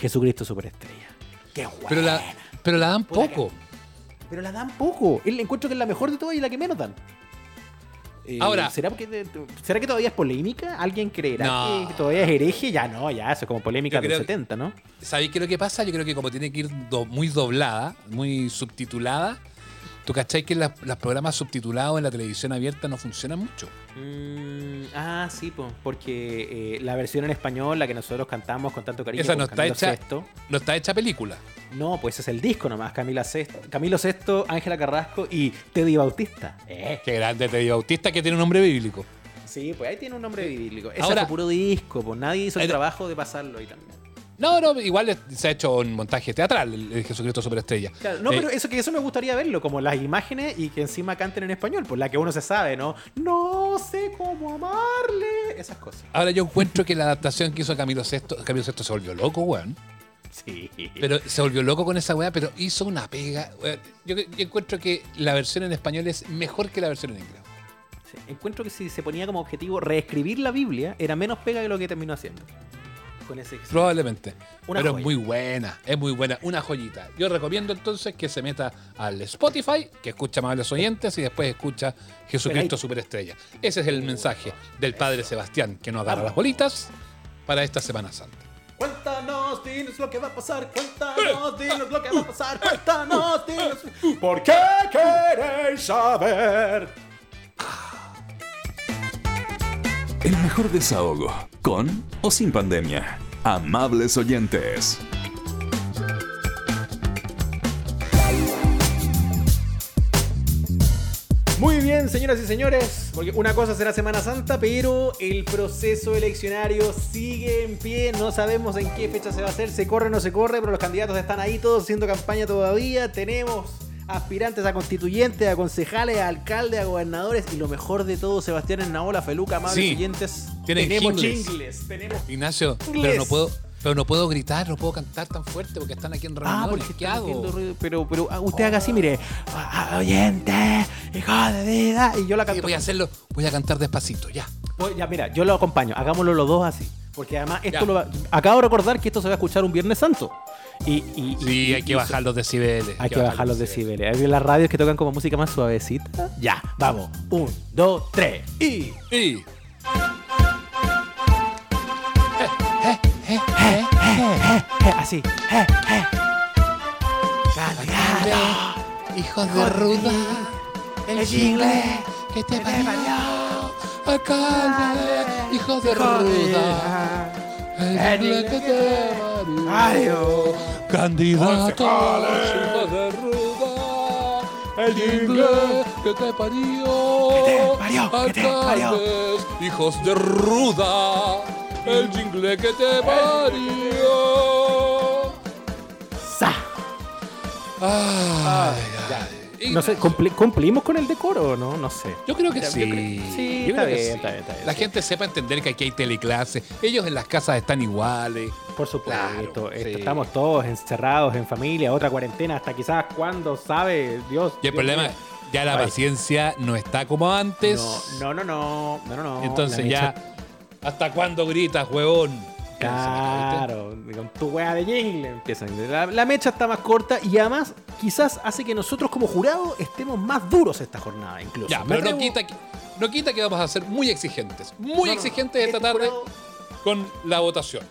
S3: Jesucristo Superestrella. Qué buena.
S2: pero, la, pero la dan
S3: Puta que-
S2: poco.
S3: Pero la dan poco. El encuentro que es la mejor de todas y la que menos dan. Eh,
S2: Ahora-
S3: ¿será, porque te- te- ¿Será que todavía es polémica? ¿Alguien creerá
S2: No.
S3: que todavía es hereje? Ya no, ya, eso es como polémica
S2: Yo
S3: del
S2: creo que-
S3: 70, ¿no?
S2: ¿Sabéis qué es lo que pasa? Yo creo que como tiene que ir do- muy doblada, muy subtitulada, ¿tú cacháis que las- los programas subtitulados en la televisión abierta no funcionan mucho?
S3: Mm, ah, sí, po, porque eh, la versión en español, la que nosotros cantamos con tanto cariño,
S2: Esa
S3: con
S2: no está
S3: Camilo
S2: hecha-
S3: Sesto,
S2: No está hecha película.
S3: No, pues ese es el disco nomás. Camila Sesto, Camilo Sesto, Ángela Carrasco y Teddy Bautista. Eh,
S2: Qué grande te digo, Bautista que tiene un nombre bíblico.
S3: Sí, pues ahí tiene un nombre bíblico. Ese
S2: Ahora-
S3: fue puro disco, pues nadie hizo el
S2: Ahí-
S3: trabajo de pasarlo ahí también.
S2: No, no, igual es- se ha hecho un montaje teatral, el, el Jesucristo Superestrella.
S3: Claro, no,
S2: Eh,
S3: pero eso que eso me gustaría verlo, como las imágenes y que encima canten en español, pues la que uno se sabe, ¿no? No sé cómo amarle. Esas cosas.
S2: Ahora yo encuentro que la adaptación que hizo Camilo Sexto, Camilo Sexto se volvió loco, weón.
S3: Sí.
S2: Pero se volvió loco con esa weá, pero hizo una pega. weón. Yo, yo encuentro que la versión en español es mejor que la versión en inglés.
S3: Sí, Encuentro que si se ponía como objetivo reescribir la Biblia, era menos pega que lo que terminó haciendo. Con ese
S2: Probablemente.
S3: Una
S2: pero
S3: joya.
S2: es muy buena, es muy buena, una joyita. Yo recomiendo entonces que se meta al Spotify, que escucha más a los oyentes y después escucha Jesucristo Superestrella. Ese es el mensaje del Padre Sebastián, que nos agarra las bolitas para esta Semana Santa.
S3: Cuéntanos, dinos lo que va a pasar. Cuéntanos, dinos lo que va a pasar. Cuéntanos, dinos. ¿Por qué queréis saber?
S1: El mejor desahogo, con o sin pandemia. Amables oyentes.
S3: Muy bien, señoras y señores, porque una cosa será Semana Santa, pero el proceso eleccionario sigue en pie, no sabemos en qué fecha se va a hacer, se corre o no se corre, pero los candidatos están ahí todos haciendo campaña todavía, tenemos aspirantes a constituyentes, a concejales, a alcaldes, a gobernadores y lo mejor de todo, Sebastián Ennaola, Feluca, amables
S2: Sí.
S3: oyentes,
S2: Tienen
S3: tenemos
S2: jingles.
S3: jingles, tenemos
S2: Ignacio, pero
S3: Inglés.
S2: no puedo. Pero no puedo gritar, no puedo cantar tan fuerte porque están aquí en reuniones.
S3: Ah, porque
S2: ¿Qué
S3: están haciendo
S2: hago?
S3: ruido. Pero, pero ah, usted haga así, mire. Ah, ah, Oyente, hijo de vida. Y yo la
S2: Sí,
S3: canto.
S2: voy a hacerlo, voy a cantar despacito, ya.
S3: Voy- Pues, ya, mira, yo lo acompaño. Hagámoslo los dos así. Porque además esto
S2: Ya.
S3: lo va- Acabo de recordar que esto se va a escuchar un Viernes Santo. Y, y- y-
S2: Sí,
S3: y-
S2: hay
S3: y-
S2: que bajar los decibeles.
S3: Hay que bajar los decibeles. Hay las radios que tocan como música más suavecita. Ya, vamos. Un, dos, tres. Y.
S2: Y.
S3: eh, así. Eh, eh.
S2: Hijos de ruda, el jingle que te bañó. Alcalde, hijos de ruda, el jingle que te bañó. Candidatos, hijos de ruda. El jingle que te parió,
S3: que te parió.
S2: alcaldes, hijos de ruda, el jingle que te parió.
S3: Sa.
S2: Ay, ay.
S3: No sé, ¿cumpli- ¿cumplimos con el decoro o no? No sé.
S2: Yo creo que
S3: Ya, yo
S2: sí.
S3: creo- sí,
S2: Yo
S3: está
S2: creo que
S3: bien, está bien, está bien,
S2: La
S3: sí.
S2: gente sepa entender que aquí hay teleclases. Ellos en las casas están iguales.
S3: Por supuesto,
S2: Claro,
S3: esto- esto-
S2: sí.
S3: estamos todos encerrados en familia, otra cuarentena, hasta quizás cuando sabe Dios.
S2: Y el
S3: Dios
S2: problema
S3: mío.
S2: es, ya la
S3: Ay.
S2: paciencia no está como antes.
S3: No, no, no, no, no, no, no.
S2: Entonces
S3: La
S2: ya,
S3: Micha-
S2: ¿hasta cuándo gritas, huevón?
S3: Claro, con tu wea de jingle empiezan. La, la mecha está más corta y además quizás hace que nosotros como jurado estemos más duros esta jornada incluso.
S2: Ya,
S3: Me
S2: pero no
S3: atrevo-
S2: quita, que, no quita que vamos a ser muy exigentes. Muy
S3: No, no,
S2: exigentes
S3: este
S2: esta tarde
S3: jurado
S2: con la votación.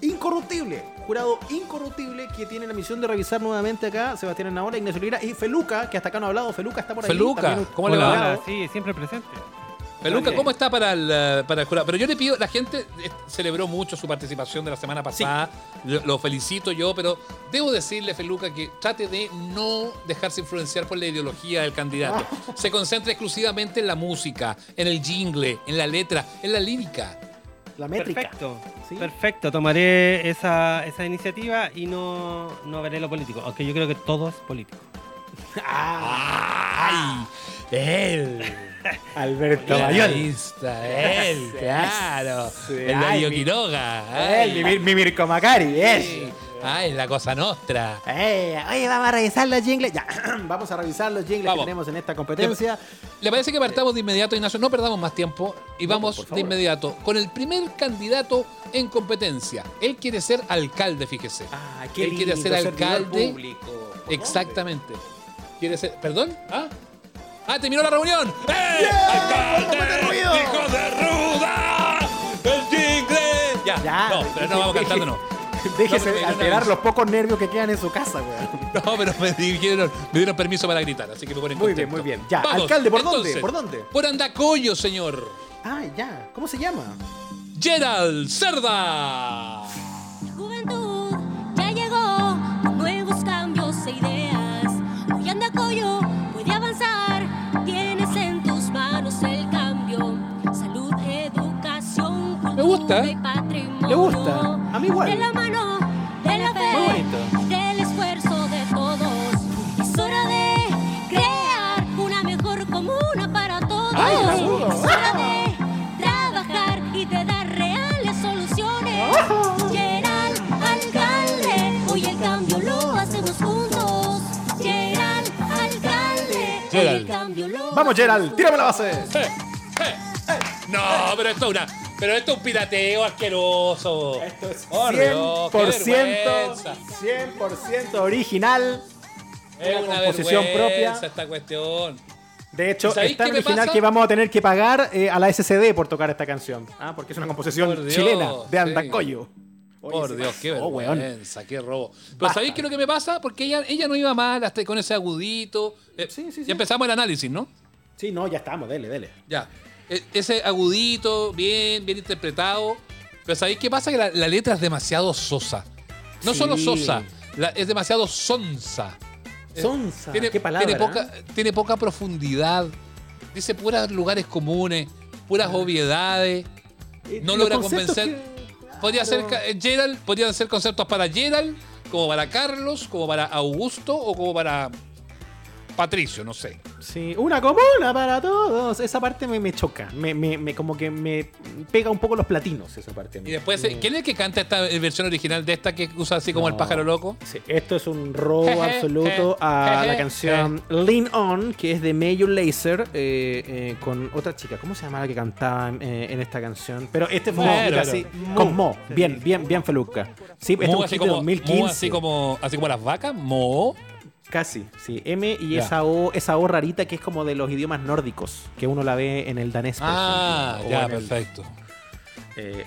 S3: Incorruptible, jurado incorruptible que tiene la misión de revisar nuevamente acá Sebastián Enaola, Ignacio Lira y Feluca, que hasta acá no ha hablado. Feluca está por ahí.
S2: Feluca,
S3: también un
S2: ¿cómo le va?
S3: jurado.
S4: Hola, sí, siempre presente.
S2: Peluca,
S3: Dale.
S2: ¿cómo está para el, eh, para el jurado? Pero yo le pido, la gente eh, celebró mucho su participación de la semana pasada, lo, lo felicito yo, pero debo decirle, Feluca, que trate de no dejarse influenciar por la ideología del candidato. Se concentra exclusivamente en la música, en el jingle, en la letra, en la lírica.
S3: La métrica.
S4: Perfecto,
S3: Sí.
S4: perfecto. Tomaré esa, esa iniciativa y no, no veré lo político. Aunque yo creo que todo es político.
S3: Ah.
S2: ¡Ay! Él.
S3: Alberto
S2: El
S3: Mayol.
S2: analista, él, claro.
S3: Sí.
S2: El
S3: Ay,
S2: Darío
S3: mi-
S2: Quiroga.
S3: Él, mi, Mir- mi Mirko Macari, él.
S2: Ah, es la cosa nostra.
S3: Ey, Eh, oye, vamos a revisar los jingles. Ya, vamos a revisar los jingles
S2: Vamos.
S3: que tenemos en esta competencia.
S2: ¿Le parece que partamos de inmediato, Ignacio? No perdamos más tiempo y
S3: No, por
S2: vamos
S3: favor.
S2: de inmediato con el primer candidato en competencia. Él quiere ser alcalde, fíjese.
S3: Ah,
S2: Él quiere ser
S3: servidor
S2: alcalde.
S3: público.
S2: Exactamente. ¿Quiere ser. ¿Perdón? ¿Ah? ¡Ah, terminó la reunión! ¡Eh!
S3: ¡Vamos a
S2: ¡Alcalde!
S3: meter ruido!
S2: ¡Hijo de ruda! ¡El jingle! Ya,
S3: Ya.
S2: no, pero no vamos cantando, no.
S3: Déjese
S2: No, pero
S3: alterar
S2: no.
S3: los pocos nervios que quedan en su casa, weón.
S2: No, pero me dieron, me dieron permiso para gritar, así que me ponen
S3: Muy bien,
S2: contento.
S3: muy bien. Ya,
S2: Vamos,
S3: alcalde, ¿por dónde?
S2: entonces,
S3: ¿Por dónde?
S2: Por Andacollo, señor.
S3: Ah, ya. ¿Cómo se llama?
S2: Gerald Cerda.
S5: Juventud, ya llegó con nuevos cambios e ideas. Hoy Andacollo puede avanzar. Tienes en tus manos el cambio. Salud, educación, cultura
S2: Me gusta.
S5: y patrimonio.
S3: Le gusta. A mí igual.
S5: De la mano, de la
S3: Muy
S5: fe,
S3: bonito.
S5: y del esfuerzo de todos. Es hora de crear una mejor comuna para todos.
S3: Ay, ¿eh? la dudo.
S5: Es hora de trabajar y de dar reales soluciones. Gerald, alcalde, hoy el cambio lo hacemos juntos. Gerald, alcalde, hoy el
S2: Gerald.
S5: cambio lo
S3: Vamos,
S5: hacemos
S3: Gerald, tírame la base.
S2: Eh, eh. No, pero esto es una. Pero esto es un pirateo asqueroso.
S3: Esto es
S2: Por Dios, qué
S3: 100%,
S2: vergüenza.
S3: 100% original.
S2: Es
S3: una
S2: una
S3: composición
S2: composición
S3: propia.
S2: propia. esta cuestión.
S3: De hecho,
S2: ¿Y sabéis
S3: es
S2: Pues
S3: tan
S2: qué me
S3: original
S2: pasa?
S3: que vamos a tener que pagar eh, a la SCD por tocar esta canción. Ah, porque es una
S2: Por
S3: composición
S2: Dios,
S3: chilena
S2: sí.
S3: de Andacollo. Oye,
S2: Por
S3: se
S2: Dios, qué
S3: pasó, weón.
S2: vergüenza, eh. qué robo. Pero
S3: Basta.
S2: ¿sabéis qué es lo que me pasa? Porque ella, ella no iba mal hasta con ese agudito. Eh,
S3: Sí, sí, sí.
S2: Y empezamos el análisis, ¿no?
S3: Sí, no, ya estamos, dele, dele.
S2: Ya. e- ese agudito, bien, bien interpretado. Pero ¿sabéis qué pasa? Que la, la letra es demasiado sosa. No
S3: Sí.
S2: solo sosa, la- es demasiado sonsa. Eh,
S3: Sonsa,
S2: Tiene,
S3: qué palabra. ¿eh?
S2: tiene poca, tiene poca profundidad. Dice puras lugares comunes, puras obviedades.
S3: Eh,
S2: no
S3: los
S2: logra
S3: conceptos
S2: convencer.
S3: que-
S2: Podría ser
S3: Claro.
S2: ca- eh, Gerald, podrían ser conceptos para Gerald, como para Carlos, como para Augusto o como para Patricio, no sé.
S3: Sí, una comuna para todos. Esa parte me, me choca. Me, me- me- como que me pega un poco los platinos esa parte. a mí.
S2: Y después, eh,
S3: Me-
S2: ¿quién es el que canta esta eh, versión original de esta que usa así como el
S3: Mm. No.
S2: pájaro loco?
S3: Sí, esto es un robo
S2: Jeje,
S3: absoluto
S2: je,
S3: a la
S2: jeje,
S3: canción Lean On, que es de Major Lazer, eh, eh, con otra chica. ¿Cómo se llamaba la que cantaba eh, en esta canción? Pero este fue
S2: Bueno,
S3: un hit
S2: pero-
S3: así, con Mo.
S4: Sí,
S3: Bien,
S4: sí.
S3: bien, bien feluca. Sí, este es
S2: Mo
S3: un
S2: así
S3: hit de
S2: como, Mo
S3: 2015.
S2: así como, así como las vacas, Mo.
S3: Casi, sí. M y
S2: Ya.
S3: esa O, esa O rarita que es como de los idiomas nórdicos, que uno la ve en el danés. por
S2: Ah,
S3: ejemplo, o
S2: ya,
S3: en el-
S2: perfecto.
S3: eh,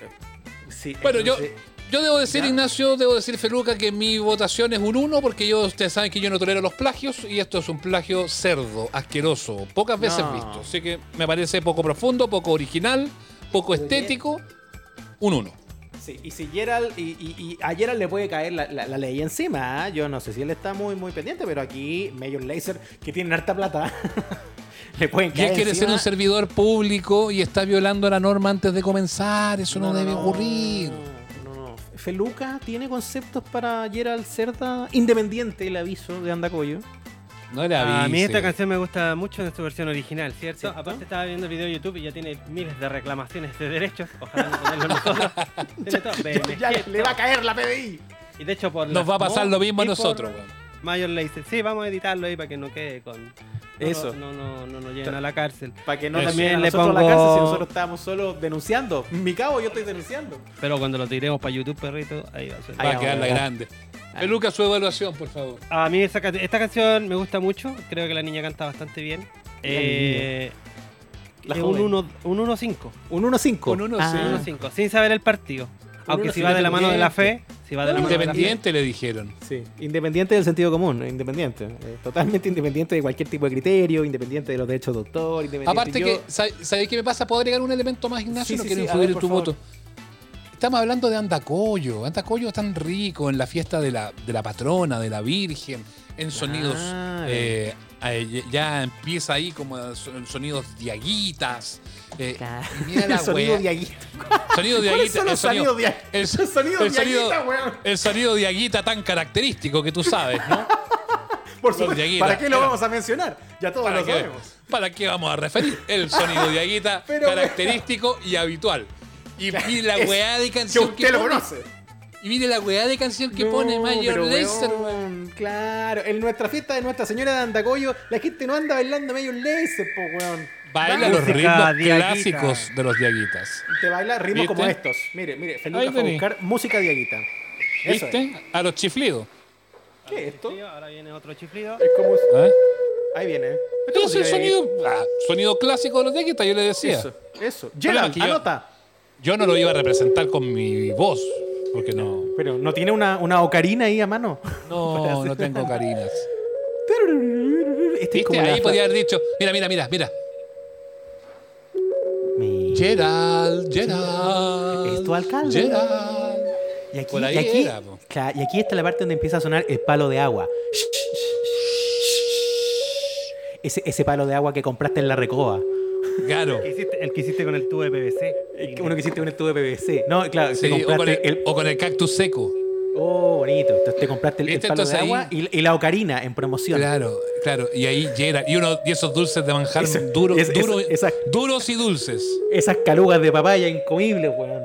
S3: sí,
S2: Bueno, yo,
S3: entonces-
S2: yo debo decir,
S3: ya.
S2: Ignacio, debo decir, Feluca, que mi votación es un 1 porque yo, ustedes saben que yo no tolero los plagios y esto es un plagio cerdo, asqueroso, pocas veces
S3: No.
S2: visto. Así que me parece poco profundo, poco original, poco estético. Un 1.
S3: Sí, y si Gerald, y, y- y a Gerald le puede caer la, la- la ley encima, ¿ah? yo no sé si él está muy, muy pendiente, pero aquí Major Laser, que tienen harta plata, le pueden
S2: Y él
S3: caer
S2: quiere ser
S3: encima.
S2: un servidor público y está violando la norma antes de comenzar. Eso no, debe ocurrir.
S3: No, no. Feluca tiene conceptos para Gerald Cerda independiente, el aviso de Andacoyo.
S2: No le avise.
S4: Ah, A mí esta canción me gusta mucho en su versión original, ¿cierto?
S3: ¿Cierto?
S4: Aparte estaba viendo el video de YouTube y ya tiene miles de reclamaciones de derechos. Ojalá no ponerlo nosotros. Tiene todo. BMG,
S3: Ya le, le va a caer la PDI.
S4: Y de hecho por
S2: Nos
S4: las
S2: va a pasar
S4: mo-
S2: lo mismo a
S4: y por
S2: nosotros, weón.
S4: Mayor le dice, sí, vamos a editarlo ahí para que no quede con... no,
S3: Eso.
S4: No, no, no, no lleguen a la cárcel.
S3: Para que no
S4: Eso.
S3: también
S4: Le
S3: nosotros a la
S4: pongo-
S3: cárcel si nosotros estábamos solo denunciando. Mi cabo, yo estoy denunciando.
S4: Pero cuando lo tiremos para YouTube, perrito, ahí va a ser.
S2: Va
S3: Ahí
S2: a quedar la
S3: vamos, ya.
S2: grande. Feluca, su evaluación, por favor.
S4: A mí esa can- esta canción me gusta mucho, creo que la niña canta bastante bien. Eh,
S3: La
S4: es
S3: joven.
S4: un 1-5, un 1-5,
S3: Un 1-5.
S2: Un 1-5.
S4: un
S3: Ah.
S4: 1-5, sin saber el partido. Aunque si
S3: 1-5
S4: va de la mano de la fe, si va de la mano de la fe.
S2: Independiente le dijeron.
S3: Sí, independiente del sentido común, independiente. eh, totalmente independiente de cualquier tipo de criterio, independiente de los derechos de autor, independiente
S2: Aparte
S3: yo-
S2: que, ¿sabes sabes qué me pasa? ¿Puedo agregar un elemento más, Ignacio?
S3: Sí,
S2: no
S3: sí,
S2: quiero
S3: sí, a
S2: influir
S3: ver,
S2: en tu
S3: por favor.
S2: voto. Estamos hablando de Andacollo. Andacollo es tan rico en la fiesta de la, de la patrona, de la Virgen,
S3: Ah,
S2: en sonidos.
S3: Claro.
S2: eh, eh, ya empieza ahí como son- sonidos diaguitas. eh, y mira la
S3: el sonido
S2: wea.
S3: de ahí.
S2: Sonido de
S3: ¿Cuáles
S2: aguita.
S3: son
S2: el
S3: los sonidos de ahí?
S2: el so-
S3: Los sonidos
S2: el
S3: de
S2: sonido-
S3: aguita, weón.
S2: El sonido de aguita tan característico que tú sabes, ¿no?
S3: Por
S2: Los
S3: supuesto,
S2: de Aguila.
S3: ¿para qué lo vamos a mencionar? Ya todos
S2: ¿Para
S3: lo
S2: qué,
S3: sabemos.
S2: ¿Para qué vamos a referir? El sonido de Aguita
S3: Pero,
S2: característico y habitual. Y, y la
S3: es
S2: weá de
S3: Que
S2: canción que,
S3: usted lo
S2: pone.
S3: conoce.
S2: Y mire la weá de canción que pone Mayor
S3: pero,
S2: Lazer. weón.
S3: weón, Claro, en nuestra fiesta de Nuestra Señora de Andacoyo, la gente no anda bailando medio laser, po, weón.
S2: Baila
S3: Va,
S2: los
S4: música
S2: ritmos
S4: de Aguita.
S2: clásicos de los Diaguitas.
S3: Te baila ritmos
S2: ¿Viste?
S3: como estos. Mire, mire,
S2: Ahí
S3: Feluca fue a
S2: tení.
S3: buscar música de aguita. Eso es.
S2: ¿Viste? A los chiflidos.
S3: ¿Qué es esto?
S4: Chiflido, Ahora viene otro chiflido.
S3: Es como...
S2: ¿Ah?
S3: Ahí viene. Esto
S2: Entonces el
S3: música de
S2: sonido, ah, sonido clásico de los Diaguitas, yo le decía.
S3: Eso, eso.
S2: Problema
S3: Gerald,
S2: que yo-
S3: anota.
S2: Yo no lo iba a representar con mi voz, porque no.
S3: Pero no tiene una, una ocarina ahí a mano.
S2: No, no tengo carinas.
S3: Este es
S2: ¿Viste?
S3: como la
S2: Ahí
S3: fra-
S2: podía haber dicho, mira, mira, mira, mira.
S3: Mi-
S2: Gerald, Gerald.
S3: Es tu alcalde.
S2: Gerald.
S3: Y aquí,
S2: por ahí
S3: y, aquí,
S2: era, po.
S3: claro, y aquí está la parte donde empieza a sonar el palo de agua. Ese, ese palo de agua que compraste en la recoba.
S2: Claro.
S4: ¿Qué hiciste? El que hiciste con el tubo de PVC.
S3: Eh, que Uno que hiciste un estudio de PVC. No, claro, te
S2: Sí, o, con el,
S3: compraste el,
S2: o con el cactus seco.
S3: Oh, bonito. Entonces te compraste el, el
S2: ¿Viste?
S3: palo de
S2: Entonces ahí-
S3: agua y, y la ocarina en promoción.
S2: Claro, claro. Y ahí Gerald. Y, uno, y esos dulces de manjar
S3: Ese-
S2: duros,
S3: ese-
S2: duros,
S3: esa-
S2: duros y dulces.
S3: Esas calugas de papaya incomibles, weón.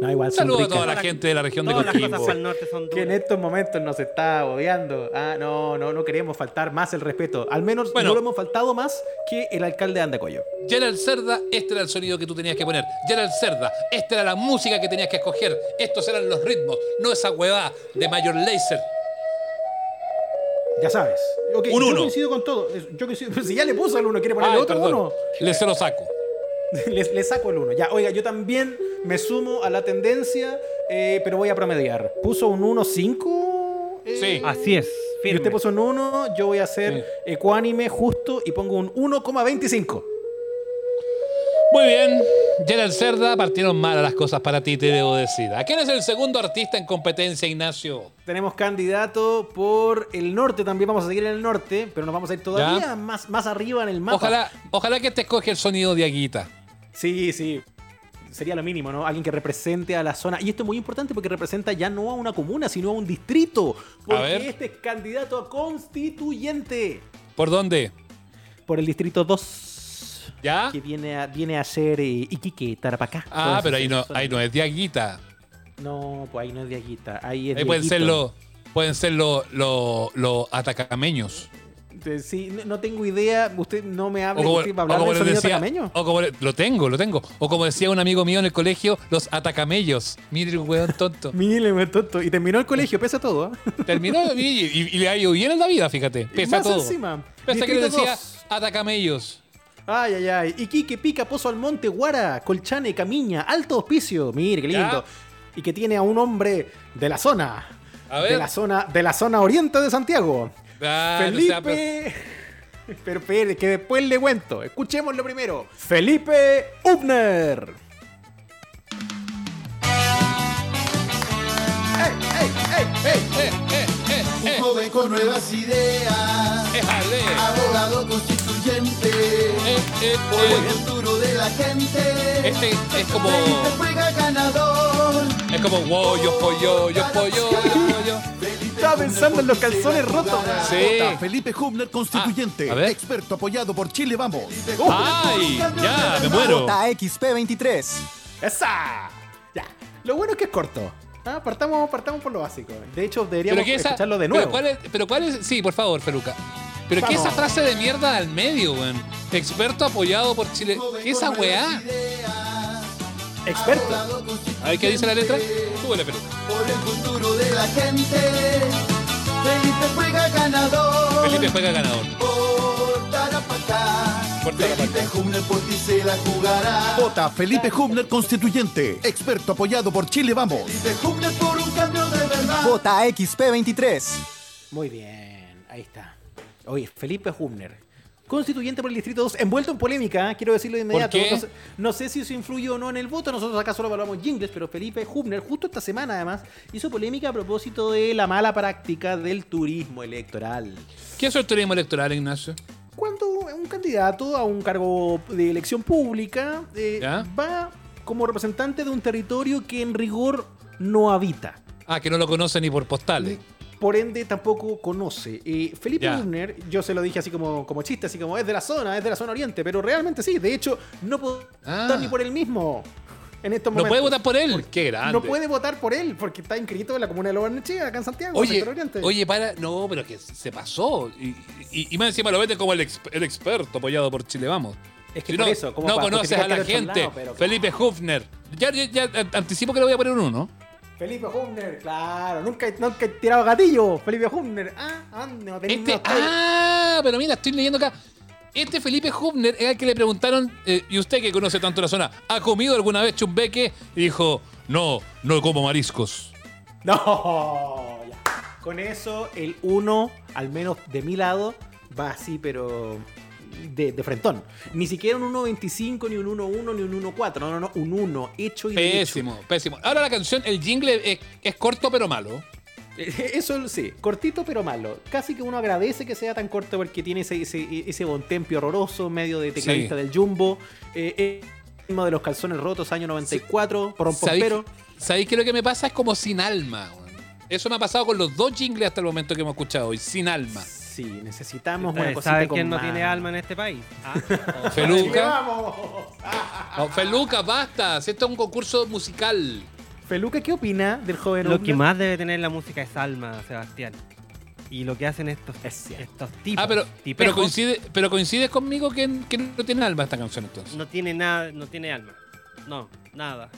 S3: No, igual son
S2: Saludos a
S3: ricas.
S2: toda la gente de la región de
S4: Todas las cosas
S2: Coquimbo.
S4: al norte son
S3: que en
S4: duras.
S3: estos momentos nos está odiando. Ah, no, no, no queremos faltar más el respeto. Al menos
S2: Bueno.
S3: no lo hemos faltado más que el alcalde de Andacoyo.
S2: Gerald Cerda, este era el sonido que tú tenías que poner. Gerald Cerda, esta era la música que tenías que escoger. Estos eran los ritmos, no esa huevada de Mayor Laser.
S3: Ya sabes. Ok,
S2: Un
S3: yo
S2: uno.
S3: coincido con todo. Es- Yo coincido- pero si ya le puso el uno, quiere ponerle
S2: Ay,
S3: otro
S2: perdón.
S3: uno.
S2: Le se lo saco.
S3: Le, le saco el uno. Ya, oiga, yo también me sumo a la tendencia, eh, pero voy a promediar. Puso un 1-5.
S2: Sí.
S4: Así es.
S3: Y
S4: Firme.
S3: usted puso un 1, yo voy a ser
S2: Sí.
S3: ecuánime, justo y pongo un 1,25.
S2: Muy bien, Gerald Cerda, partieron mal las cosas para ti, te debo decir. ¿A quién es el segundo artista en competencia, Ignacio?
S3: Tenemos candidato por el norte también. Vamos a seguir en el norte, pero nos vamos a ir todavía más, más arriba en el mapa.
S2: Ojalá, ojalá que te escoge el sonido de Aguita.
S3: Sí, sí. Sería lo mínimo, ¿no? Alguien que represente a la zona. Y esto es muy importante porque representa ya no a una comuna, sino a un distrito. Porque
S2: ver.
S3: este es candidato a constituyente
S2: ¿Por dónde?
S3: por el distrito 2.
S2: ¿Ya?
S3: Que viene a, viene a ser eh, Iquique, Tarapacá.
S2: Ah,
S3: Entonces,
S2: pero ahí no,
S3: son-
S2: ahí no es de Aguita.
S3: No, pues ahí no es de Aguita. Ahí es
S2: Ahí
S3: de
S2: pueden ser
S3: Iquitos.
S2: los pueden ser los los- los atacameños.
S3: Eh, Sí, no, no tengo idea. Usted no me
S2: O
S3: habla.
S2: como,
S3: ¿Usted va a
S2: o
S3: hablar
S2: como
S3: del
S2: les
S3: sonido
S2: decía,
S3: tacameño?
S2: o como le- lo tengo, lo tengo. O como decía un amigo mío en el colegio, los atacamellos. Mire el weón tonto.
S3: Mire, me tonto. Y terminó el colegio, pesa todo. ¿eh?
S2: Terminó y, y- y le ha ido bien en la vida, fíjate.
S3: Y
S2: Pesa
S3: más
S2: todo.
S3: encima,
S2: Pese a que le
S3: Distrito
S2: decía
S3: dos.
S2: atacamellos.
S3: Ay, ay, ay. Iquique, Pica, Pozo Almonte, Guara, Colchane, Camiña, Alto Hospicio. Mire, qué
S2: Ya.
S3: lindo. Y que tiene a un hombre de la zona.
S2: A
S3: De
S2: ver.
S3: la zona, de la zona oriente de Santiago.
S2: Ah, no sea pro-
S3: Felipe. Pero, pero, que después le cuento. Escuchémoslo primero. Felipe Ubner.
S2: Eh, eh, eh, eh,
S6: Un joven con nuevas ideas,
S2: eh, jale.
S6: abogado constituyente,
S2: Eh, eh,
S6: por el
S2: eh.
S6: futuro de la gente.
S2: Este es como.
S6: Felipe juega ganador.
S2: Es como wow, yo pollo, yo pollo, yo, yo.
S6: Felipe
S3: Estaba
S6: Hubner
S3: pensando en los
S6: por
S3: calzones
S6: Chile va a
S3: rotos.
S6: jugar.
S2: Sí.
S7: Vota Felipe Hubner, constituyente.
S2: Ah, a ver.
S7: experto apoyado por Chile Vamos.
S2: ¡Ay! Ya, me muero.
S3: eh,
S6: XP23.
S3: ¡Esa! Ya. Lo bueno es que es corto. Ah, partamos, partamos por lo básico. De hecho, deberíamos
S2: que esa-
S3: escucharlo de
S2: Pero
S3: nuevo.
S2: cuál, es, pero cuál es- Sí, por favor, Peluca. Pero ¿qué
S3: Vamos.
S2: esa frase de mierda al medio, weón? Experto apoyado por Chile. ¿Qué Ah, esa weá?
S3: Experto.
S2: A ver qué dice la letra. Súbele, Peluca.
S6: Por el futuro de la gente. Felipe juega ganador.
S2: Felipe juega ganador.
S6: Por Tarapacá.
S2: Por Tarapacá.
S6: Felipe Hubner por ti se la jugará.
S7: Vota Felipe Hubner, constituyente. Experto apoyado por Chile Vamos.
S6: Felipe Hubner por un cambio de verdad.
S3: Muy bien. Ahí está. Oye, Felipe Humner. Constituyente por el Distrito 2, envuelto en polémica, ¿eh? quiero decirlo de inmediato.
S2: qué?
S3: No, sé, no sé si eso influyó o no en el voto, nosotros acá solo evaluamos jingles, pero Felipe Hubner, justo esta semana además, hizo polémica a propósito de la mala práctica del turismo electoral.
S2: ¿Qué es el turismo electoral, Ignacio?
S3: cuando un candidato a un cargo de elección pública eh,
S2: ¿Ya?
S3: va como representante de un territorio que en rigor no habita.
S2: Ah, que no lo conoce ni por postales.
S3: Por ende, tampoco conoce. Eh, Felipe
S2: Ya.
S3: Hubner, yo se lo dije así como, como chiste, así como es de la zona, es de la zona oriente, pero realmente sí. De hecho, no puedo
S2: Ah.
S3: votar ni por él mismo en estos
S2: No
S3: momentos.
S2: puede votar por él. Qué grande.
S3: No puede votar por él porque está inscrito en la comuna de Los Barnechea, acá en Santiago,
S2: Oye,
S3: sector oriente.
S2: oye, para. No, pero que se pasó. Y, y- y más encima lo vete como el, ex- el experto apoyado por Chile, vamos.
S3: Es que
S2: Si
S3: por
S2: no,
S3: eso, como
S2: no
S3: para
S2: conoces a
S3: justificar
S2: la
S3: que era otro
S2: gente.
S3: lado, pero-
S2: Felipe Hufner. Ya, ya, ya, eh, anticipo que le voy a poner un uno.
S3: Felipe Humner, claro, nunca, nunca he tirado gatillo. Felipe Humner, ah, ah, no tenía
S2: Este, ah, pero mira, estoy leyendo acá. Este Felipe Hubner es al que le preguntaron, eh, y usted que conoce tanto la zona, ¿ha comido alguna vez chumbeque? Y dijo, no, no como mariscos.
S3: No, ya. con eso el 1, al menos de mi lado, va así, pero de, de frentón. Ni siquiera un 1.25, ni un 1.1, ni un 1.4. No, no, no, un 1, hecho y derecho.
S2: Pésimo, pésimo. Ahora la canción, el jingle es, es corto pero malo.
S3: Eso sí, cortito pero malo. Casi que uno agradece que sea tan corto porque tiene ese, ese, ese bontempio horroroso, medio de tecladista
S2: Sí.
S3: del Jumbo. Eh, eh, uno de los calzones rotos, año 94, por un
S2: ¿Sabéis,
S3: pompero.
S2: sabéis que lo que me pasa es como sin alma? weón? Eso me ha pasado con los dos jingles hasta el momento que hemos escuchado hoy, sin alma.
S3: Sí, necesitamos una
S4: Eh, ¿Sabe
S3: cosita con
S4: quién no
S3: más.
S4: tiene alma en este país? Ah, oh.
S2: Feluca,
S3: ¡Vamos!
S2: no, Feluca, basta. Si esto es un concurso musical.
S3: Feluca, ¿qué opina del joven
S4: Lo
S3: Omner?
S4: que más debe tener la música es alma, Sebastián. Y lo que hacen estos,
S3: Es cierto.
S4: estos tipos.
S2: Ah, pero,
S4: tipejos,
S2: pero coincide, pero coincide conmigo que, que no tiene alma esta canción entonces.
S4: No tiene nada, no tiene alma. No, nada.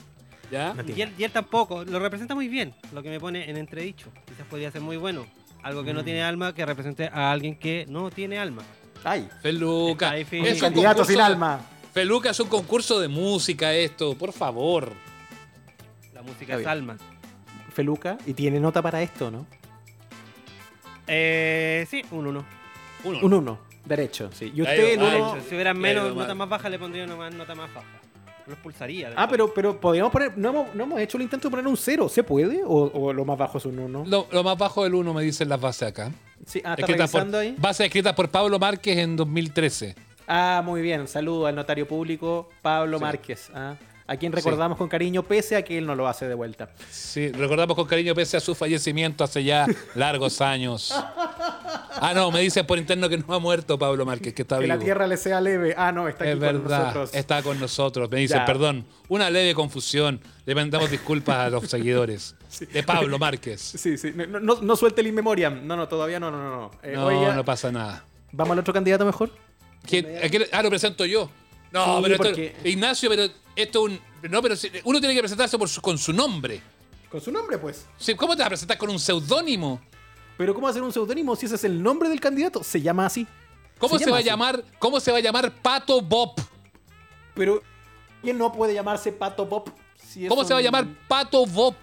S2: ¿Ya?
S3: No tiene.
S4: Y él, y él tampoco. Lo representa muy bien, lo que me pone en entredicho. Quizás podría ser muy bueno. Algo
S3: Mm.
S4: que no tiene alma que represente a alguien que no tiene alma.
S3: Ay,
S2: Feluca.
S4: Está difícil.
S2: es
S4: Un
S2: un
S3: candidato
S2: concurso
S3: sin
S2: de-
S3: alma.
S2: Feluca es un concurso de música esto, por favor.
S4: La
S3: Está
S4: música es
S3: bien.
S4: alma.
S3: Feluca, y tiene nota para esto, ¿no?
S4: Eh, sí, un 1.
S2: Uno.
S3: Un 1, derecho. Sí. Y
S2: Ya
S3: usted, el
S2: iba mal.
S3: uno-
S4: Si hubiera
S2: Ya,
S4: menos
S2: lo
S4: nota
S2: mal.
S4: más baja, le pondría una más- nota más baja. lo expulsaría. del
S3: Ah,
S4: país.
S3: pero, pero podríamos poner. No hemos, no hemos hecho el intento de poner un cero. ¿Se puede? ¿O, o lo más bajo es un uno?
S2: Lo, lo más bajo del 1 me dicen las bases acá.
S3: Sí, ah, está
S2: Escritas por,
S3: revisando ahí.
S2: bases escritas por Pablo Márquez en 2013.
S3: Ah, muy bien. Saludo al notario público Pablo Márquez. ah, a quien recordamos con cariño, pese a que él no lo hace de vuelta.
S2: Sí, recordamos con cariño pese a su fallecimiento hace ya largos años. Ah, no, me dicen por interno que no ha muerto Pablo Márquez, que está
S3: que
S2: vivo.
S3: la tierra le sea leve. Ah, no, está aquí
S2: es
S3: con
S2: verdad,
S3: nosotros.
S2: está con nosotros. Me dicen,
S3: Ya.
S2: perdón, una leve confusión. Le mandamos disculpas a los seguidores de Pablo Márquez.
S3: Sí, sí. No, no, no suelte el in memoriam. No, no, todavía no, no, no. no. Eh,
S2: No,
S3: oiga,
S2: no pasa nada.
S3: ¿Vamos al otro candidato mejor?
S2: ¿Quién- a quién- ah, lo presento yo. No,
S3: Sí,
S2: pero esto-
S3: porque-
S2: Ignacio, pero esto es un. No, pero si- uno tiene que presentarse por su- con su nombre.
S3: Con su nombre, pues.
S2: Sí, ¿Cómo te vas a presentar con un seudónimo?
S3: Pero ¿cómo hacer un seudónimo si ese es el nombre del candidato? Se llama así.
S2: ¿Cómo se,
S3: Se llama
S2: va a
S3: así.
S2: llamar? ¿Cómo se va a llamar Pato Bob?
S3: Pero ¿quién no puede llamarse Pato Pop? si es
S2: ¿Cómo se va a
S3: un-
S2: llamar Pato Bob?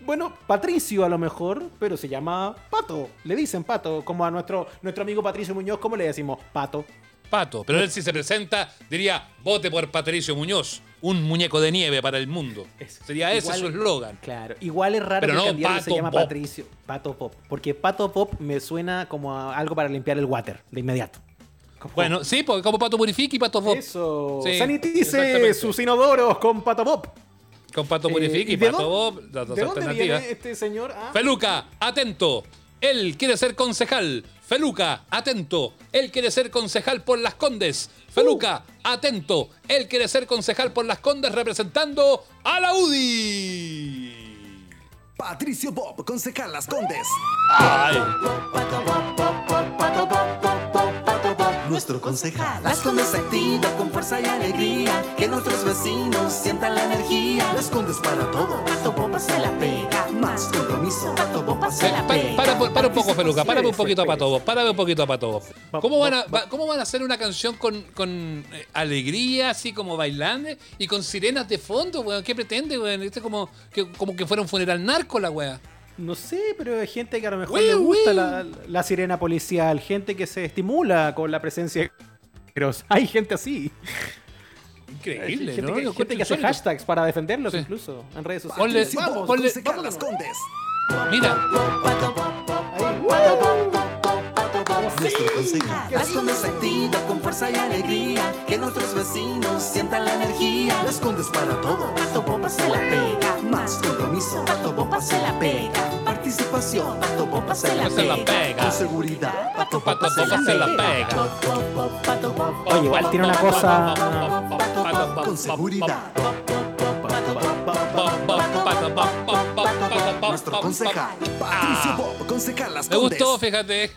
S3: Bueno, Patricio a lo mejor, pero se llama Pato. Le dicen Pato, como a nuestro, nuestro amigo Patricio Muñoz, ¿cómo le decimos? Pato.
S2: Pato. Pero él si se presenta diría, vote por Patricio Muñoz, un muñeco de nieve para el mundo. Sería ese
S3: Igual-
S2: su eslogan.
S3: Claro, igual es raro
S2: Pero
S3: que el
S2: no,
S3: candidato se
S2: Pato
S3: llama
S2: Pop.
S3: Patricio. Pato Pop. Porque Pato Pop me suena como a algo para limpiar el water de inmediato. Como-
S2: Bueno, sí, porque como Pato Purifica y Pato Bob.
S3: Eso.
S2: Sí,
S3: Sanitice
S2: exactamente.
S3: sus inodoros con Pato Pop.
S2: Con Pato
S3: Eh,
S2: Purifica
S3: ¿y
S2: y
S3: de
S2: Pato
S3: dónde-
S2: Bob, las dos
S3: ¿De dónde
S2: alternativas.
S3: viene este señor? Ah,
S2: Feluca, atento. Él quiere ser concejal. Feluca, atento. Él quiere ser concejal por Las Condes. Feluca, atento. Él quiere ser concejal por Las Condes representando a la UDI.
S8: Patricio Bob, concejal Las Condes. Nuestro concejal. Las Condes se activa con fuerza y alegría. Que nuestros vecinos sientan la energía. Las Condes para todo. Pato Bob se la pega. Más compromiso. Pato Bob se
S2: Eh, Pa-
S8: la
S2: pa-
S8: pega.
S2: para, por- para un poco, Feluca. Párame un
S3: Espérese,
S2: poquito a
S3: espérese.
S2: Pato Bob. Párame un poquito a Pato Bob.
S3: Va-
S2: ¿Cómo van a,
S3: va-
S2: va- cómo van a hacer una canción con, con, eh, alegría, así como bailando y con sirenas de fondo, weón? ¿Qué pretende, weón? Este es como que, como que fuera un funeral narco, la weá.
S3: No sé, pero hay gente que a lo mejor
S2: Wiu,
S3: le gusta
S2: wiu.
S3: la, la sirena policial, gente que se estimula con la presencia de carabineros. Hay gente así.
S2: Increíble,
S3: gente
S2: ¿no?
S3: que,
S2: Yo
S3: gente
S2: encuentro
S3: que hace
S2: insólito.
S3: hashtags para defenderlos
S2: Sí.
S3: incluso en redes sociales.
S2: Ponle-
S8: Patricio Bob,
S2: ponle-
S8: concejal Las Condes.
S2: Mira,
S3: Ahí. ¡Woo!
S8: Nuestro concejal. Las Condes se activa con fuerza y alegría. Que nuestros vecinos sientan la energía. Las Condes para todo. Pato Bob se la pega. Más compromiso. Pato Bob se la pega. Participación. Pato Bob se la
S2: Se la
S8: pega.
S2: pega.
S8: Con seguridad. Pato
S2: Pato
S8: Bob se la
S2: Bob se la
S8: pega.
S2: pega.
S8: Pato Bob.
S3: Oye, igual tiene una cosa-
S8: Pato Bob con seguridad. Pato Bob, Pato Bob, Pato Bob, Pato Bob. Nuestro concejal. Patricio Bob, concejal Las
S2: Me
S8: Condes.
S2: gustó, fíjate.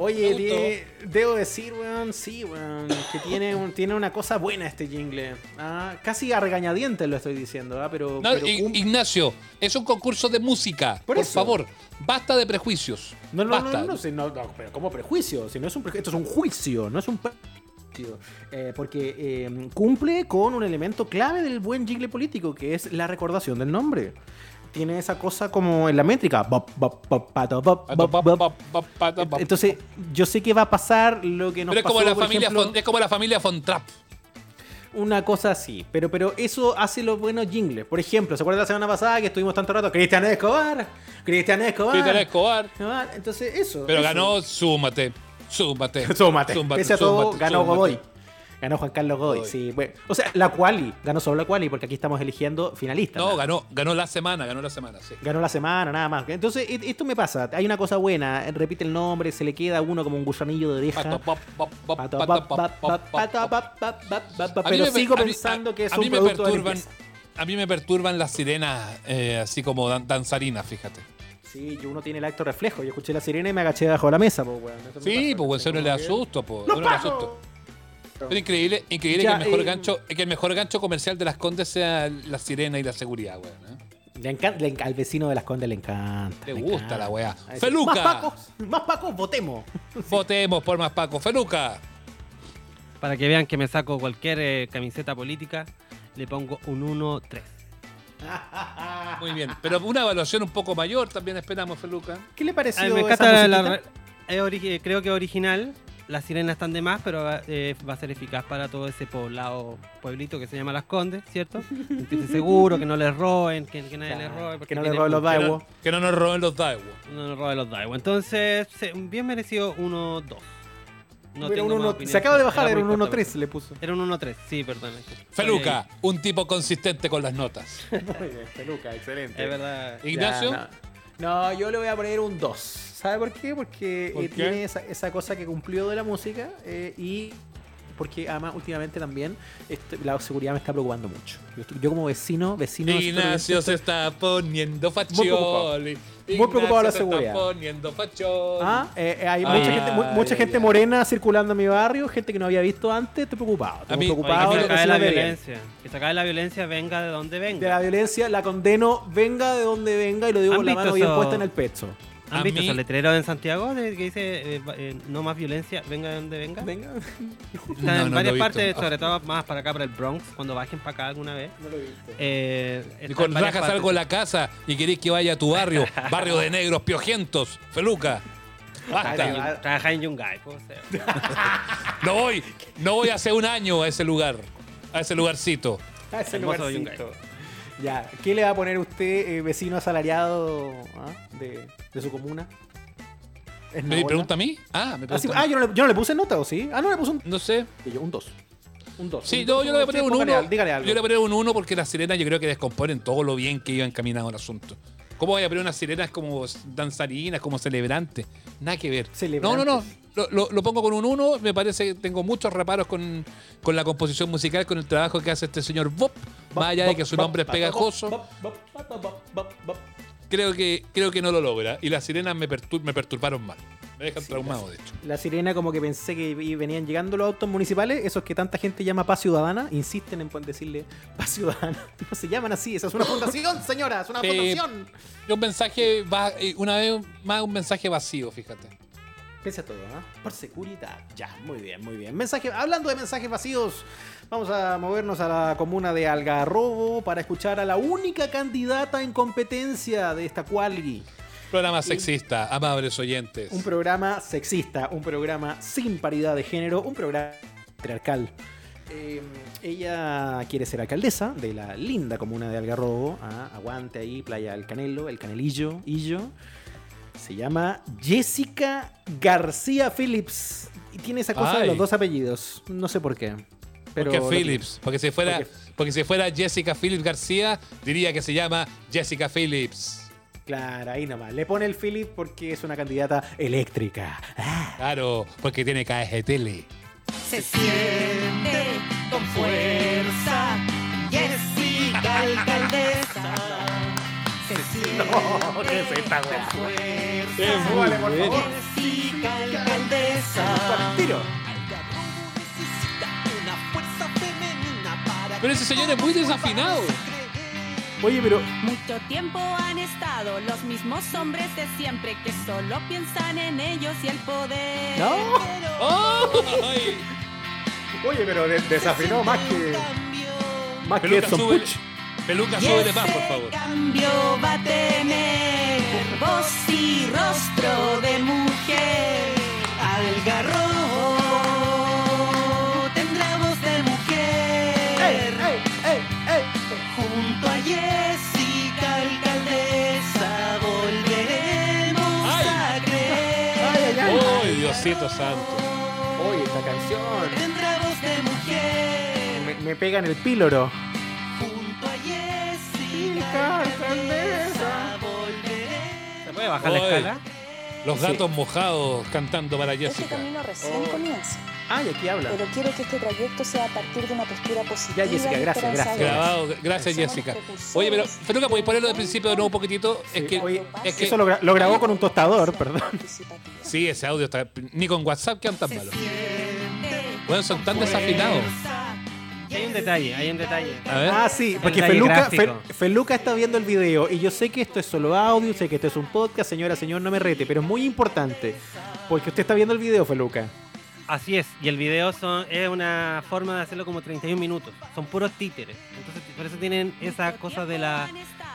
S3: Oye,
S2: Me
S3: die- debo decir, weón, sí, weón, que tiene, un- tiene una cosa buena este jingle. Ah, casi a regañadientes lo estoy diciendo, ah, pero,
S2: No,
S3: pero
S2: I-
S3: cum-
S2: Ignacio, es un concurso de música.
S3: Por
S2: Por,
S3: eso.
S2: favor, basta de prejuicios.
S3: No, no, no,
S2: basta.
S3: no, no, sí, no, no, pero como prejuicio, si no es un prejuicio, esto es un juicio, no es un prejuicio. Eh, porque eh, cumple con un elemento clave del buen jingle político, que es la recordación del nombre. Tiene esa cosa como en la métrica. bop, bop, bop, pato, bop,
S2: Pato,
S3: bop,
S2: pop,
S3: bop.
S2: pop, pop, pato, pop.
S3: Entonces, yo sé que va a pasar lo que nos
S2: Pero es como,
S3: pasó,
S2: la
S3: por
S2: familia
S3: ejemplo,
S2: Fon- es como la familia Fontrap.
S3: Una cosa así, pero, pero eso hace los buenos jingles. Por ejemplo, ¿se acuerdan la semana pasada que estuvimos tanto rato? Cristian Escobar, Cristian Escobar.
S2: Peter Escobar.
S3: Escobar. Entonces, eso.
S2: Pero
S3: eso.
S2: ganó, súmate. Súmate.
S3: Súmate.
S2: súmate,
S3: Pese a todo,
S2: súmate,
S3: ganó
S2: súmate.
S3: Godoy. Ganó Juan Carlos Godoy,
S2: Godoy.
S3: sí. Bueno, o sea, la quali. Ganó solo la quali porque aquí estamos eligiendo finalistas.
S2: No,
S3: nada.
S2: ganó, ganó la semana, ganó la semana, sí.
S3: Ganó la semana, nada más. Entonces, et- esto me pasa. Hay una cosa buena. Repite el nombre, se le queda a uno como un gusanillo de oreja.
S2: Pato, pop, pop, pop,
S3: Pato,
S2: pato,
S3: pap,
S2: pop,
S3: pap,
S2: pop,
S3: pap,
S2: pop,
S3: pato,
S2: pop.
S3: pap, pap, pap, pap, pap.
S2: A mí
S3: Pero
S2: me per-
S3: sigo
S2: a mí-
S3: pensando
S2: a-
S3: que es
S2: a
S3: un
S2: mí me
S3: producto de
S2: perturban-
S3: limpieza.
S2: A mí me perturban las sirenas eh, así como dan- danzarinas, fíjate.
S3: Sí, yo uno tiene el acto reflejo. Yo escuché la sirena y me agaché debajo de la mesa, pues, weón. Eso me
S2: Sí,
S3: pasa.
S2: pues bueno, si a uno le da susto, pues. a uno le da susto. Pero increíble, increíble
S3: Ya,
S2: que, el mejor
S3: eh,
S2: gancho, que el mejor gancho comercial de las Condes sea la sirena y la seguridad, weón. ¿eh?
S3: Le encanta, le enc- al vecino de las Condes le encanta.
S2: Le
S3: le
S2: gusta
S3: encanta.
S2: la weá.
S3: Ah, Ahí sí.
S2: ¡Feluca!
S3: Más pacos, más pacos, votemos.
S2: Votemos por más Paco. Feluca.
S4: Para que vean que me saco cualquier eh, camiseta política, le pongo un 1-3.
S2: Muy bien. Pero una evaluación un poco mayor también esperamos, Feluca.
S3: ¿Qué le
S4: A mí
S3: pareció esa
S4: me encanta la-
S3: musiquita?
S4: la- es origi- creo que original. Las sirenas están de más, pero eh, va a ser eficaz para todo ese poblado, pueblito que se llama Las Condes, ¿cierto? Sentirse seguro, que no les roben, que, que nadie les robe. porque
S3: que no le
S4: tienen
S3: roben los
S4: mucho-
S3: daewoo.
S2: Que no nos roben los Daiwo.
S4: No nos roben los Daiwa. Entonces, se- bien merecido 1-2. No
S3: Era
S4: tengo
S3: un
S4: más
S3: uno-
S4: opinión.
S3: se acaba de bajar,
S4: muy
S3: era un
S4: corto,
S3: 1-3, le puso.
S4: Era un 1-3, sí, perdón.
S2: Feluca, un tipo consistente con las notas.
S3: Muy bien, peluca, excelente.
S4: Es verdad.
S3: Ya,
S2: Ignacio,
S3: no. no. yo le voy a poner un 2. ¿Sabe por qué? Porque
S2: ¿Por
S3: eh,
S2: qué?
S3: tiene esa, esa cosa que cumplió de la música eh, y porque además últimamente también este- la seguridad me está preocupando mucho. Yo, estoy- yo como vecino, vecino... de esta
S2: Ignacio
S3: provincia-
S2: se está poniendo
S3: Muy preocupado.
S2: fachioli.
S3: Muy preocupado la
S2: Ignacio se
S3: seguridad.
S2: está poniendo fachioli.
S3: Ah, eh, eh, hay
S2: Ah,
S3: mucha gente, mu- mucha
S2: ya,
S3: gente
S2: ya.
S3: morena circulando en mi barrio, gente que no había visto antes, estoy preocupado. Estoy
S2: A mí-
S3: preocupado
S2: Oye,
S4: Que
S3: de lo
S4: se
S3: que
S4: acabe
S3: se
S4: la
S3: me viene.
S4: violencia. Que se acabe la violencia, venga de donde venga.
S3: de la violencia, la condeno, venga de donde venga y lo digo
S4: ¿Han
S3: con la
S4: visto
S3: mano bien
S4: eso?
S3: puesta en el pecho.
S4: ¿Han
S2: A
S4: visto
S2: mí-
S4: esos letreros en Santiago de- que dice eh, va- eh, no más violencia, venga de donde venga?
S3: Venga.
S4: Están
S2: No, no
S4: en
S2: lo
S4: varias
S2: he visto.
S4: partes, sobre todo más para acá, para el Bronx, cuando bajen para acá alguna vez. Eh, No lo he visto.
S2: Y con rajas salgo de la casa y querés que vaya a tu barrio, barrio de negros piojentos, feluca. Basta.
S4: Trabaja en Yungay, po, o sea.
S2: No voy, no voy hace un año a ese lugar, a ese lugarcito.
S3: A ese
S4: Hermoso
S3: lugarcito.
S4: Yungay.
S3: Ya, ¿qué le va a poner usted, eh, vecino asalariado ah, de, de su comuna? ¿Es una
S2: ¿Me
S3: bola?
S2: pregunta a mí? Ah, me
S3: Ah, sí,
S2: pregunta. a
S3: ah,
S2: mí.
S3: yo no, le, yo no le puse nota, ¿o sí? Ah, no, le puse un...
S2: No sé.
S3: yo, un 2. Un 2.
S2: Sí, no, yo le voy a poner un 1. Yo
S3: Dígale
S2: le
S3: algo.
S2: voy a poner un 1 porque las sirenas yo creo que descomponen todo lo bien que iba encaminado el asunto. ¿Cómo voy a poner unas sirenas como danzarinas, como celebrantes? Nada que ver. No, no,
S3: Celebrantes.
S2: no. Lo, lo- lo pongo con un 1. Me parece que tengo muchos reparos con, con la composición musical, con el trabajo que hace este señor Bob.
S3: Bop,
S2: Más allá de
S3: bop,
S2: que su
S3: bop,
S2: nombre es
S3: bop,
S2: pegajoso,
S3: bop, bop, bop, bop, bop, bop.
S2: creo que, creo que no lo logra. Y las sirenas me, pertur- me perturbaron mal. Me dejan traumado, de hecho.
S3: La sirena como que pensé que i- venían llegando los autos municipales, esos que tanta gente llama paz ciudadana, insisten en pon- decirle paz ciudadana. No se llaman así, esa es una fundación, señora, es una
S2: Sí.
S3: fundación.
S2: Y Un mensaje, va, eh, una vez más, un mensaje vacío, fíjate.
S3: Pese a todo, ¿ah? Por seguridad. Ya, muy bien, muy bien. Mensaje, hablando de mensajes vacíos, vamos a movernos a la comuna de Algarrobo para escuchar a la única candidata en competencia de esta Qualgi.
S2: Programa sexista, amables oyentes.
S3: Un programa sexista, un programa sin paridad de género, un programa patriarcal. Eh, ella quiere ser alcaldesa de la linda comuna de Algarrobo. ah, aguante ahí, Playa del Canelo, el Canelillo, Illo. Se llama Jessica García Phillips. Y tiene esa cosa de
S2: Ay.
S3: los dos apellidos. No sé por qué. Pero lo
S2: porque
S3: tiene.
S2: Phillips, porque si fuera,
S3: Porque-
S2: porque... si fuera Jessica Phillips García, diría que se llama Jessica Phillips.
S3: Claro, ahí nomás. Le pone el Phillips porque es una candidata eléctrica.
S2: Claro, porque tiene KGTL.
S8: Se siente con fuerza Jessica alcaldesa. Se siente con fuerza
S3: Súbale, por favor.
S8: Jessica alcaldesa.
S3: Al tiro.
S8: Algarrobo necesita una fuerza femenina para
S2: Pero ese señor es muy desafinado.
S3: Oye, pero
S9: Mucho tiempo han estado los mismos hombres de siempre que solo piensan en ellos y el poder.
S3: No.
S2: ¡Ay!
S3: Oye, pero de- desafinó más que. Más que
S2: Peluca,
S3: Edson
S2: súbele,
S3: Puch.
S2: peluca,
S9: Y
S2: súbele
S9: ese
S2: más, por favor.
S9: cambio va a tener voz y rostro de mujer. Algarrobo tendrá voz de mujer. Junto a Jessica Alcaldesa volveremos
S2: Ay.
S9: a creer.
S2: ¡Ay, Diosito santo!
S3: Oye, esta canción.
S9: Tendrá voz de mujer.
S3: Me, me pega en el píloro.
S9: Junto a
S3: Jessica
S9: Jessica
S3: Alcaldesa.
S9: Alcaldesa volveremos.
S4: ¿Se puede bajar la
S2: Oye.
S4: escala?
S2: Los gatos mojados cantando para
S10: Este
S2: Jessica.
S10: camino recién comienza,
S3: Ah, y aquí habla.
S10: pero quiero que este trayecto sea a partir de una postura positiva.
S3: Ya, Jessica,
S10: y
S3: gracias, gracias.
S10: esperanzadora.
S2: Grabado, gracias Jessica. Oye, pero Feluca, ¿podéis ponerlo de principio de nuevo un poquitito?
S3: Sí,
S2: Es que,
S3: oye,
S2: es que
S3: Eso lo, gra- lo grabó con un tostador, perdón.
S10: Participativa.
S2: sí, ese audio está. Ni con WhatsApp quedan tan malos. Bueno, son tan desafinados.
S4: Hay un detalle, hay un detalle.
S2: A ver.
S3: Ah, sí, porque
S4: detalle
S3: Feluca,
S4: gráfico.
S3: Fel- Feluca está viendo el video y yo sé que esto es solo audio, sé que esto es un podcast, señora, señor, no me rete, pero es muy importante. Porque usted está viendo el video, Feluca.
S4: Así es, y el video son, es una forma de hacerlo como 31 minutos. Son puros títeres. Entonces, por eso tienen esa cosa de la.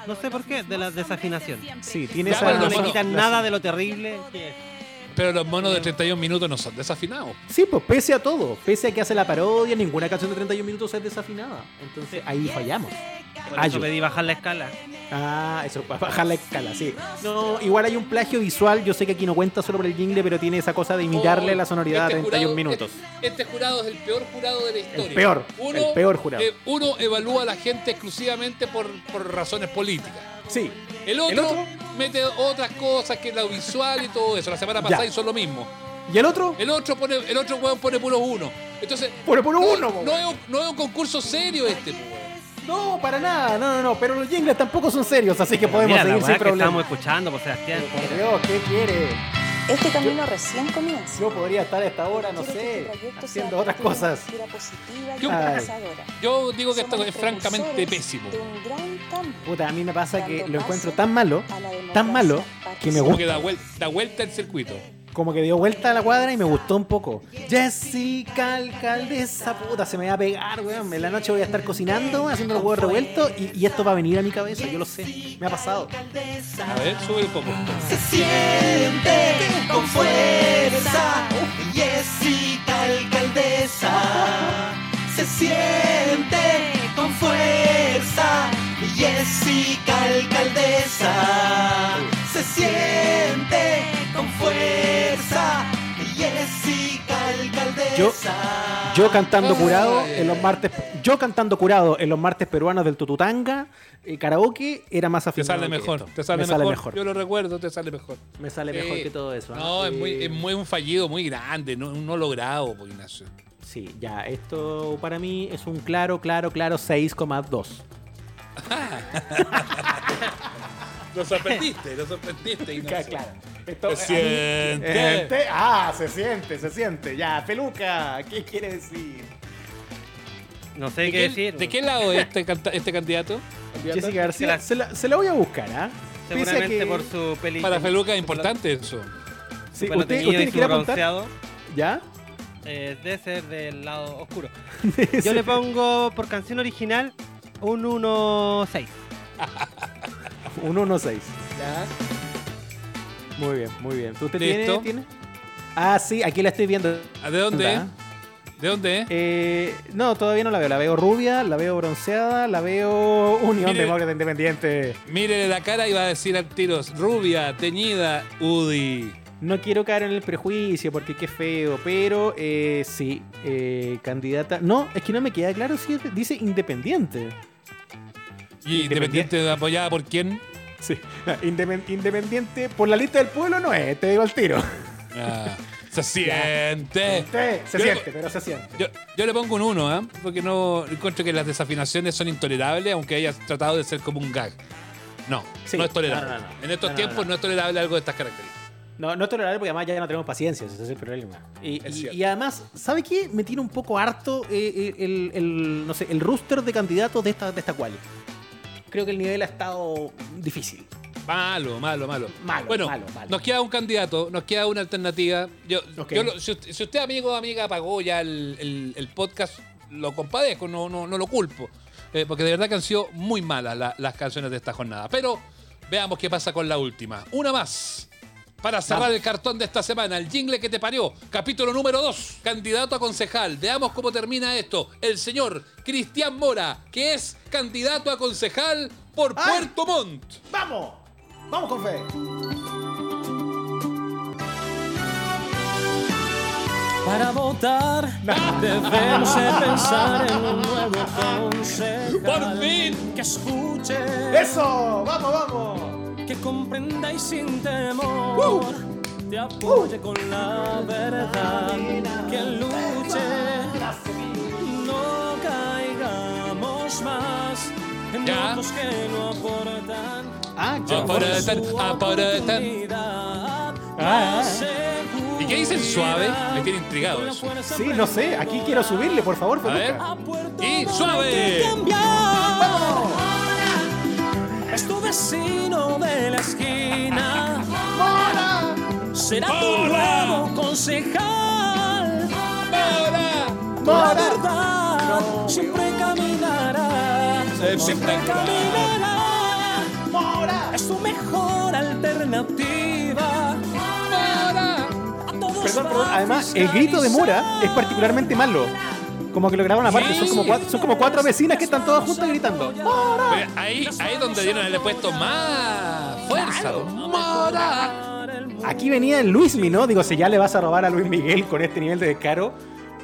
S4: No sé por qué, de la desafinación.
S3: Sí, tiene
S2: Ya,
S3: esa.
S2: pero
S4: no le
S3: esa-
S2: bueno.
S4: quitan
S3: la-
S4: nada de lo terrible que es.
S2: Pero los monos de 31 minutos no son desafinados.
S3: Sí, pues pese a todo, pese a que hace la parodia, ninguna canción de 31 minutos es desafinada. Entonces ahí fallamos.
S4: Por
S3: Ayo.
S4: eso pedí bajar la escala.
S3: Ah, eso, para bajar la escala, sí. No, igual hay un plagio visual, yo sé que aquí no cuenta solo por el jingle, pero tiene esa cosa de imitarle
S2: Oh,
S3: la sonoridad a
S2: este
S3: 31
S2: jurado-
S3: minutos.
S2: Este, este jurado es el peor jurado de la historia.
S3: peor, el peor jurado.
S2: eh, uno evalúa a la gente exclusivamente por, por razones políticas.
S3: Sí.
S2: El otro,
S3: ¿El otro?
S2: mete otras cosas que es lo visual y todo eso. La semana
S3: Ya.
S2: pasada hizo lo mismo.
S3: ¿Y el otro?
S2: El otro pone, el otro weón pone puros uno. Entonces,
S3: Pone puro
S2: no,
S3: uno, po,
S2: no es, un- no es un concurso serio este, po, weón.
S3: No, para nada, no, no, no, pero los jingles tampoco son serios, así que podemos
S4: Pues Mira la
S3: seguir
S4: weá
S3: sin
S4: que estamos
S3: problema.
S4: escuchando, pues Sebastián.
S3: Por Dios, ¿qué quiere?
S10: Este camino recién comienza.
S3: Yo podría estar a esta hora, no
S10: Quiero que
S3: sé,
S10: tu proyecto sea
S3: haciendo otras
S10: parte de una
S3: cosas.
S10: cultura positiva y
S2: Yo-
S10: esperanzadora.
S2: Yo digo que
S10: Somos
S2: esto es francamente
S10: precursores
S2: pésimo.
S10: de un gran cambio
S3: Puta, a mí me pasa que
S10: Dando
S3: lo
S10: paso
S3: encuentro tan malo,
S10: a la democracia
S3: tan malo, que me
S10: participativa.
S2: Como
S3: gusta.
S2: que da vuelta, da vuelta el circuito.
S3: Como que dio vuelta a la cuadra y me gustó un poco. Jessica, alcaldesa, puta, se me va a pegar, weón. En la noche voy a estar cocinando, haciendo los huevos revueltos y, y esto va a venir a mi cabeza, yo lo sé. Me ha pasado.
S2: A ver, sube un poco.
S3: Ah,
S8: Se siente con fuerza. Jessica alcaldesa. Se siente con fuerza. Jessica alcaldesa. Se siente con fuerza. Jessica alcaldesa.
S3: Yo cantando curado en los martes, yo cantando curado en los martes peruanos del Tututanga, eh, karaoke, era más
S2: Te
S3: afinado.
S2: sale
S3: que
S2: mejor,
S3: esto.
S2: te sale,
S3: me sale
S2: mejor.
S3: mejor.
S2: Yo lo recuerdo, te sale mejor.
S3: Me sale mejor
S2: Sí.
S3: que todo eso. ¿ah?
S2: No, es, muy,
S3: Eh,
S2: es muy un fallido muy grande, no, no logrado, por Ignacio.
S3: Sí, ya, esto para mí es un claro, claro, claro 6,2.
S2: Lo sorprendiste, lo sorprendiste,
S3: Ca-
S2: Ignacio.
S3: Claro.
S2: Se
S3: Esto- a mí-
S2: siente.
S3: Este- ah, se siente, se siente. Ya, peluca, ¿qué quiere decir?
S4: No sé
S2: ¿De,
S4: qué
S2: qué,
S4: decir.
S2: de qué lado es este, canta- este candidato?
S3: Jessica García, se la, se la voy a buscar, ¿ah? Pese a
S4: Seguramente
S3: que-
S4: por su peli.
S2: Para Feluca es importante eso.
S3: Sí,
S4: pelo
S3: usted,
S4: teñido
S3: usted
S4: y su
S3: quiere apuntar.
S4: bronceado.
S3: ¿Ya?
S4: eh, debe ser del lado oscuro. Yo le pongo por canción original un 1-6.
S3: Un 1-6. Muy bien, muy bien. ¿Tú usted tiene,
S2: Listo.
S3: tiene? Ah, sí, aquí la estoy viendo.
S2: Ah, ¿De dónde es?
S3: ¿Verdad?
S2: ¿De dónde es?
S3: Eh, no, todavía no la veo. La veo rubia, la veo bronceada, la veo Unión
S2: Mire-
S3: Demócrata Independiente.
S2: Mírele la cara y va a decir al tiro, rubia, teñida, Udi.
S3: No quiero caer en el prejuicio porque qué feo, pero eh, sí, eh, candidata. No, es que no me queda claro si es- dice independiente.
S2: ¿Y independiente de apoyada por quién?
S3: Sí, indepen- independiente por la lista del pueblo no es, te digo al tiro.
S2: Ah, se siente.
S3: Sí, se
S2: Eh, Yo-
S3: siente, pero se siente.
S2: Yo, yo le pongo un 1, ¿eh? porque no encuentro que las desafinaciones son intolerables, aunque hayas tratado de ser como un gag. No,
S3: Sí.
S2: no es tolerable.
S3: No, no, no.
S2: En estos
S3: No, no,
S2: tiempos no,
S3: no.
S2: es tolerable algo de estas características.
S3: No, no es tolerable porque además ya no tenemos paciencia, ese es el problema. Y,
S2: Es
S3: y-
S2: cierto.
S3: y además, ¿sabe qué? Me tiene un poco harto eh, eh, el, el- no sé, el rooster de candidatos de esta, de esta cual. Creo que el nivel ha estado difícil.
S2: Malo, malo, malo.
S3: Malo,
S2: bueno,
S3: malo, malo.
S2: nos queda un candidato, nos queda una alternativa. Yo,
S3: Ok.
S2: yo lo- si, usted, si usted, amigo o amiga, apagó ya el, el- el podcast, lo compadezco, no, no, no lo culpo. Eh, porque de verdad que han sido muy malas la- las canciones de esta jornada. Pero veamos qué pasa con la última. Una más. Para cerrar el cartón de esta semana, el jingle que te parió, capítulo número 2, candidato a concejal. Veamos cómo termina esto. El señor Cristian Mora, que es candidato a concejal por
S3: ¡Ay!
S2: Puerto Montt.
S3: ¡Vamos! ¡Vamos con fe!
S11: Para votar debemos de pensar en un nuevo consejo
S2: ¡Por fin!
S11: que escuche,
S3: ¡Eso! ¡Vamos, vamos!
S11: que comprenda y sin
S4: Uh.
S11: temor te apoye con la verdad, que luche, no caigamos más en
S2: Ya.
S11: grupos que no aportan
S3: Ah, ya.
S2: Aportan,
S11: su
S2: aportan.
S11: oportunidad,
S3: Ah, ah,
S2: ¿Y qué dicen suave? Me tiene intrigado eso.
S3: Sí, no sé, aquí quiero subirle, por favor,
S2: A ver.
S3: Peluca.
S2: Y suave.
S11: Es tu vecino de la esquina. Será tu
S2: Mora.
S11: nuevo concejal.
S2: Ahora
S11: La verdad siempre caminará.
S2: eh,
S11: Siempre caminará. Es tu mejor alternativa. perdón, perdón. Además, el grito de Mora es particularmente malo. Como que lo graban aparte, son como cuatro, son como cuatro vecinas que están todas juntas gritando. ¡Mora!
S2: Pero ahí, ahí es donde dieron el puesto más fuerza. ¿no?
S11: Aquí venía el Luismi, ¿no? Digo, si ya le vas a robar a Luis Miguel con este nivel de descaro,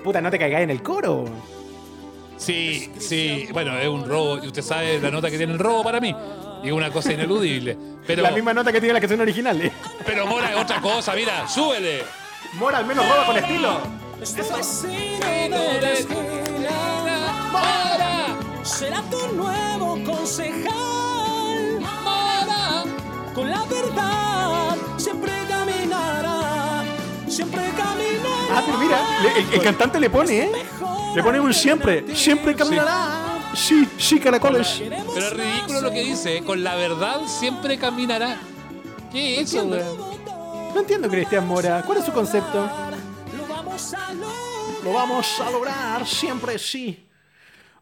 S11: puta, no te caigáis en el coro.
S2: Sí, sí, bueno, es un robo. y Usted sabe la nota que tiene el robo para mí. Y es una cosa ineludible. Pero,
S11: La misma nota que tiene la canción original. ¿eh?
S2: pero Mora es otra cosa, mira, súbele.
S11: Mora al menos roba con estilo.
S5: Mora será tu nuevo concejal. Mora con la verdad siempre caminará, siempre caminará.
S11: Ah, pero mira, le- el, el cantante le pone, ¿eh? Le pone un siempre, siempre caminará. Sí, sí, caracoles.
S2: Pero es ridículo lo que dice, ¿eh? con la verdad siempre caminará. ¿Qué es eso, weón?
S11: No entiendo, Cristian Mora. ¿Cuál es su concepto?
S5: Lo vamos a lograr.
S11: Lo vamos a lograr, siempre sí.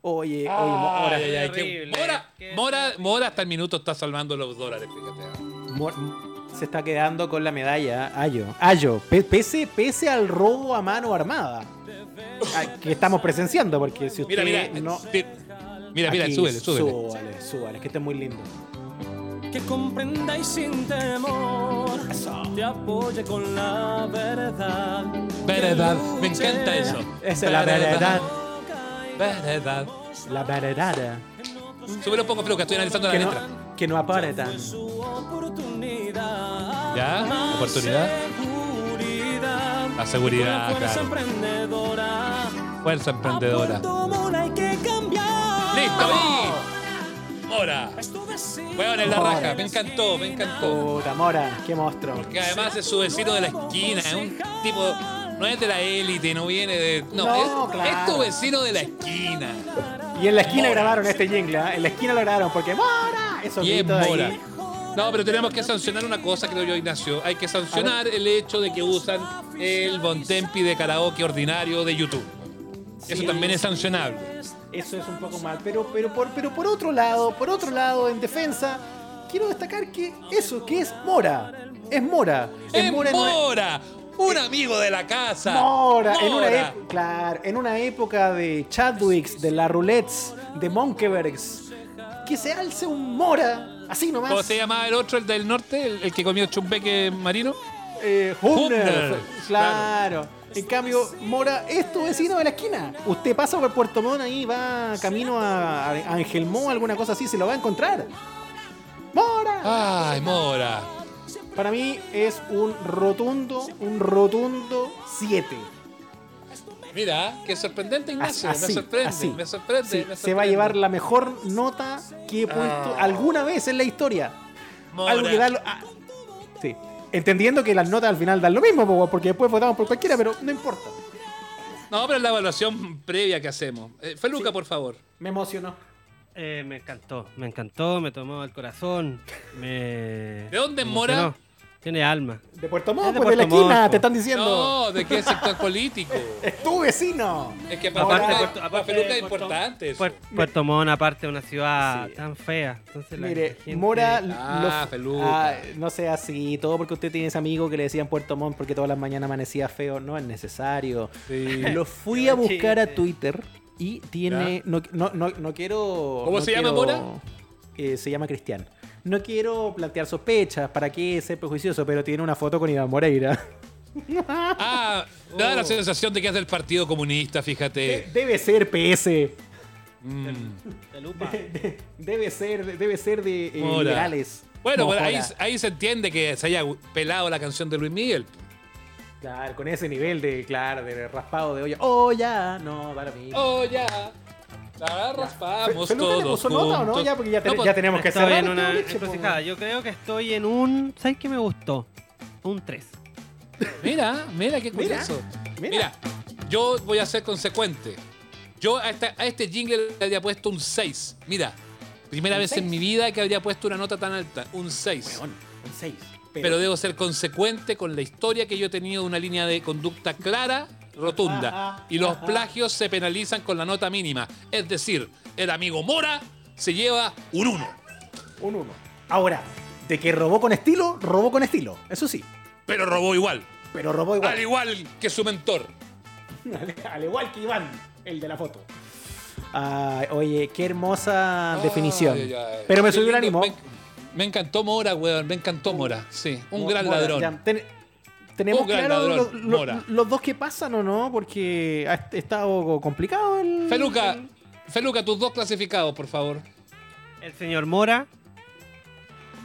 S11: Oye, oye, Mora.
S2: Ay, ay, ay, qué- Mora, Mora, Mora hasta el minuto está salvando los dólares, fíjate. ¿eh?
S11: Ah. Mor- se está quedando con la medalla, Ayo. Ayo, pe- pese, pese al robo a mano armada a- que estamos presenciando, porque si usted
S2: Mira, mira,
S11: no.
S2: ti- mira, mira,
S11: Aquí,
S2: súbele, súbele.
S11: Súbale, súbale, que este es muy lindo.
S5: que comprenda y sin temor te apoye con la verdad.
S2: Verdad, me encanta eso.
S11: Esa es la verdad,
S2: Verdad.
S11: la verdad.
S2: Súbele un poco, Flo, que estoy analizando la
S11: Que
S2: letra.
S11: no, que no aparetan.
S2: ¿Ya? Oportunidad.
S5: Seguridad,
S2: La seguridad,
S5: fuerza
S2: claro.
S5: emprendedora.
S2: Fuerza emprendedora.
S5: Puerto Mora hay que cambiar.
S2: ¡Listo! y- Mora.
S5: Es tu vecino.
S2: Weón, en la
S11: Mora.
S2: raja. Me encantó, me encantó.
S11: Puta, Mora, qué monstruo.
S2: Que además es su vecino de la esquina. Es un tipo. No es de la élite, no viene de. No,
S11: No,
S2: es,
S11: claro.
S2: es tu vecino de la esquina.
S11: Y en la esquina
S2: Mora.
S11: grabaron este jingle, ¿ah? en la esquina lo grabaron porque Mora, eso
S2: Y es
S11: gritos ahí.
S2: Mora. No, pero tenemos que sancionar una cosa, creo yo, Ignacio. Hay que sancionar el hecho de que usan el Bontempi de karaoke ordinario de YouTube. Eso
S11: Sí.
S2: también es sancionable.
S11: Eso es un poco mal, pero, pero, por, pero por otro lado, por otro lado, en defensa, quiero destacar que eso, que es Mora, es Mora,
S2: ¡Es
S11: Mora, en una- Eh,
S2: Mora! Un amigo de la casa.
S11: Mora, en una
S2: Mora.
S11: ep- claro, en una época de Chadwicks, de la Roulettes, de Monkebergs, que se alce un Mora, así nomás.
S2: ¿Cómo se llamaba el otro, el del norte? El, el que comió chumbeque marino.
S11: Eh, Hubner,
S2: Hubner,
S11: claro. En cambio, Mora es tu vecino de la esquina. Usted pasa por Puerto Montt ahí, va camino a, a Angelmó, alguna cosa así, se lo va a encontrar. ¡Mora!
S2: Ay, Mora.
S11: Para mí es un rotundo, un rotundo 7.
S2: Mira, qué sorprendente, Ignacio.
S11: Así,
S2: me sorprende,
S11: así.
S2: me sorprende. me
S11: Sí, se va a
S2: sorprende.
S11: llevar la mejor nota que he puesto
S2: Ah.
S11: alguna vez en la historia.
S2: Mora.
S11: Algo que da lo- ah, sí. Entendiendo que las notas al final dan lo mismo, po, weón, porque después votamos por cualquiera, pero no importa.
S2: No, pero es la evaluación previa que hacemos. Eh, Feluca, por favor.
S11: Me emocionó.
S4: Eh, me encantó, me encantó, me tomó el corazón. Me...
S2: ¿De dónde es
S4: me
S2: Mora?
S4: emocionó. Tiene alma.
S11: De Puerto Montt,
S4: Es de
S11: pues, de la
S4: Puerto Montt,
S11: esquina,
S4: po.
S11: te están diciendo.
S2: No, ¿de qué sector político?
S11: Es tu vecino.
S2: Es que para
S11: Aparte,
S2: Feluca,
S4: Puerto-
S2: para
S4: aparte,
S2: Feluca es
S4: Puerto-
S2: importante. eso.
S4: Puer- Puerto Montt, aparte, es una ciudad
S11: Sí.
S4: tan fea. Entonces, la
S11: Mire,
S4: gente-
S11: Mora.
S2: Ah,
S11: lo-
S2: peluca.
S11: Ah, no sea así. Todo porque usted tiene ese amigo que le decían Puerto Montt porque todas las mañanas amanecía feo. No es necesario.
S2: Sí.
S11: Lo fui
S4: Qué
S11: a
S4: buen
S11: buscar a
S4: chiste.
S11: Twitter y tiene. No, no, no, no quiero.
S2: ¿Cómo
S11: no
S2: se llama,
S11: quiero-
S2: Mora?
S11: Eh, se llama Cristian. No quiero plantear sospechas, para qué ser prejuicioso, pero tiene una foto con Iván Moreira.
S2: Ah, da
S11: Oh.
S2: la sensación de que es del Partido Comunista, fíjate.
S11: Debe ser PS.
S2: Mm.
S4: Chalupa.
S11: Debe ser, debe ser de eh,
S2: Mora.
S11: liberales.
S2: Bueno,
S11: No,
S2: pero ahí,
S11: Mora.
S2: ahí se entiende que se haya pelado la canción de Luis Miguel.
S11: Claro, con ese nivel de, claro, de raspado de olla. Oh, ya, no, para mí.
S2: Oh, ya. La raspamos
S11: Fe- Feluca le
S2: todos
S11: puso nota, ¿o no?
S2: juntos.
S11: Ya, porque ya, ten-
S2: No, pues,
S11: ya tenemos que
S4: Estoy
S11: cerrar
S4: en
S11: este
S4: una
S11: boliche, po,
S3: pues.
S4: encrucijada. Yo creo que estoy en un. ¿Sabes qué me gustó? Un 3.
S2: Mira, mira qué
S11: Mira,
S2: curioso.
S11: mira.
S2: Mira, yo voy a ser consecuente. Yo a, esta- a este jingle le había puesto un 6. Mira, primera vez en mi vida que habría puesto una nota tan alta, un 6.
S11: Weón, un 6.
S2: pero, debo ser consecuente con la historia que yo he tenido de una línea de conducta clara, rotunda.
S11: Ajá,
S2: y los
S11: ajá.
S2: plagios se penalizan con la nota mínima. Es decir, el amigo Mora se lleva un 1.
S11: un 1. Ahora, de que robó con estilo, robó con estilo. Eso sí.
S2: Pero robó igual.
S3: Pero robó igual.
S2: Al igual que su mentor.
S3: al, al igual que Iván, el de la foto. Ay, oye, qué hermosa Ah, definición.
S2: Ay, ay, ay.
S3: Pero me
S2: Qué
S3: subió el
S2: lindo.
S3: ánimo.
S2: Me, me encantó Mora, weón. Me encantó Mora. Sí, un
S3: Mo-
S2: gran
S3: Mora,
S2: ladrón.
S3: ya, ten- tenemos
S2: Un gran
S3: claro
S2: ladrón,
S3: lo- lo-
S2: Mora.
S3: los dos que pasan o no, porque ha est- estado complicado el.
S2: Feluca, Feluca, tus dos clasificados, por favor.
S4: El señor Mora.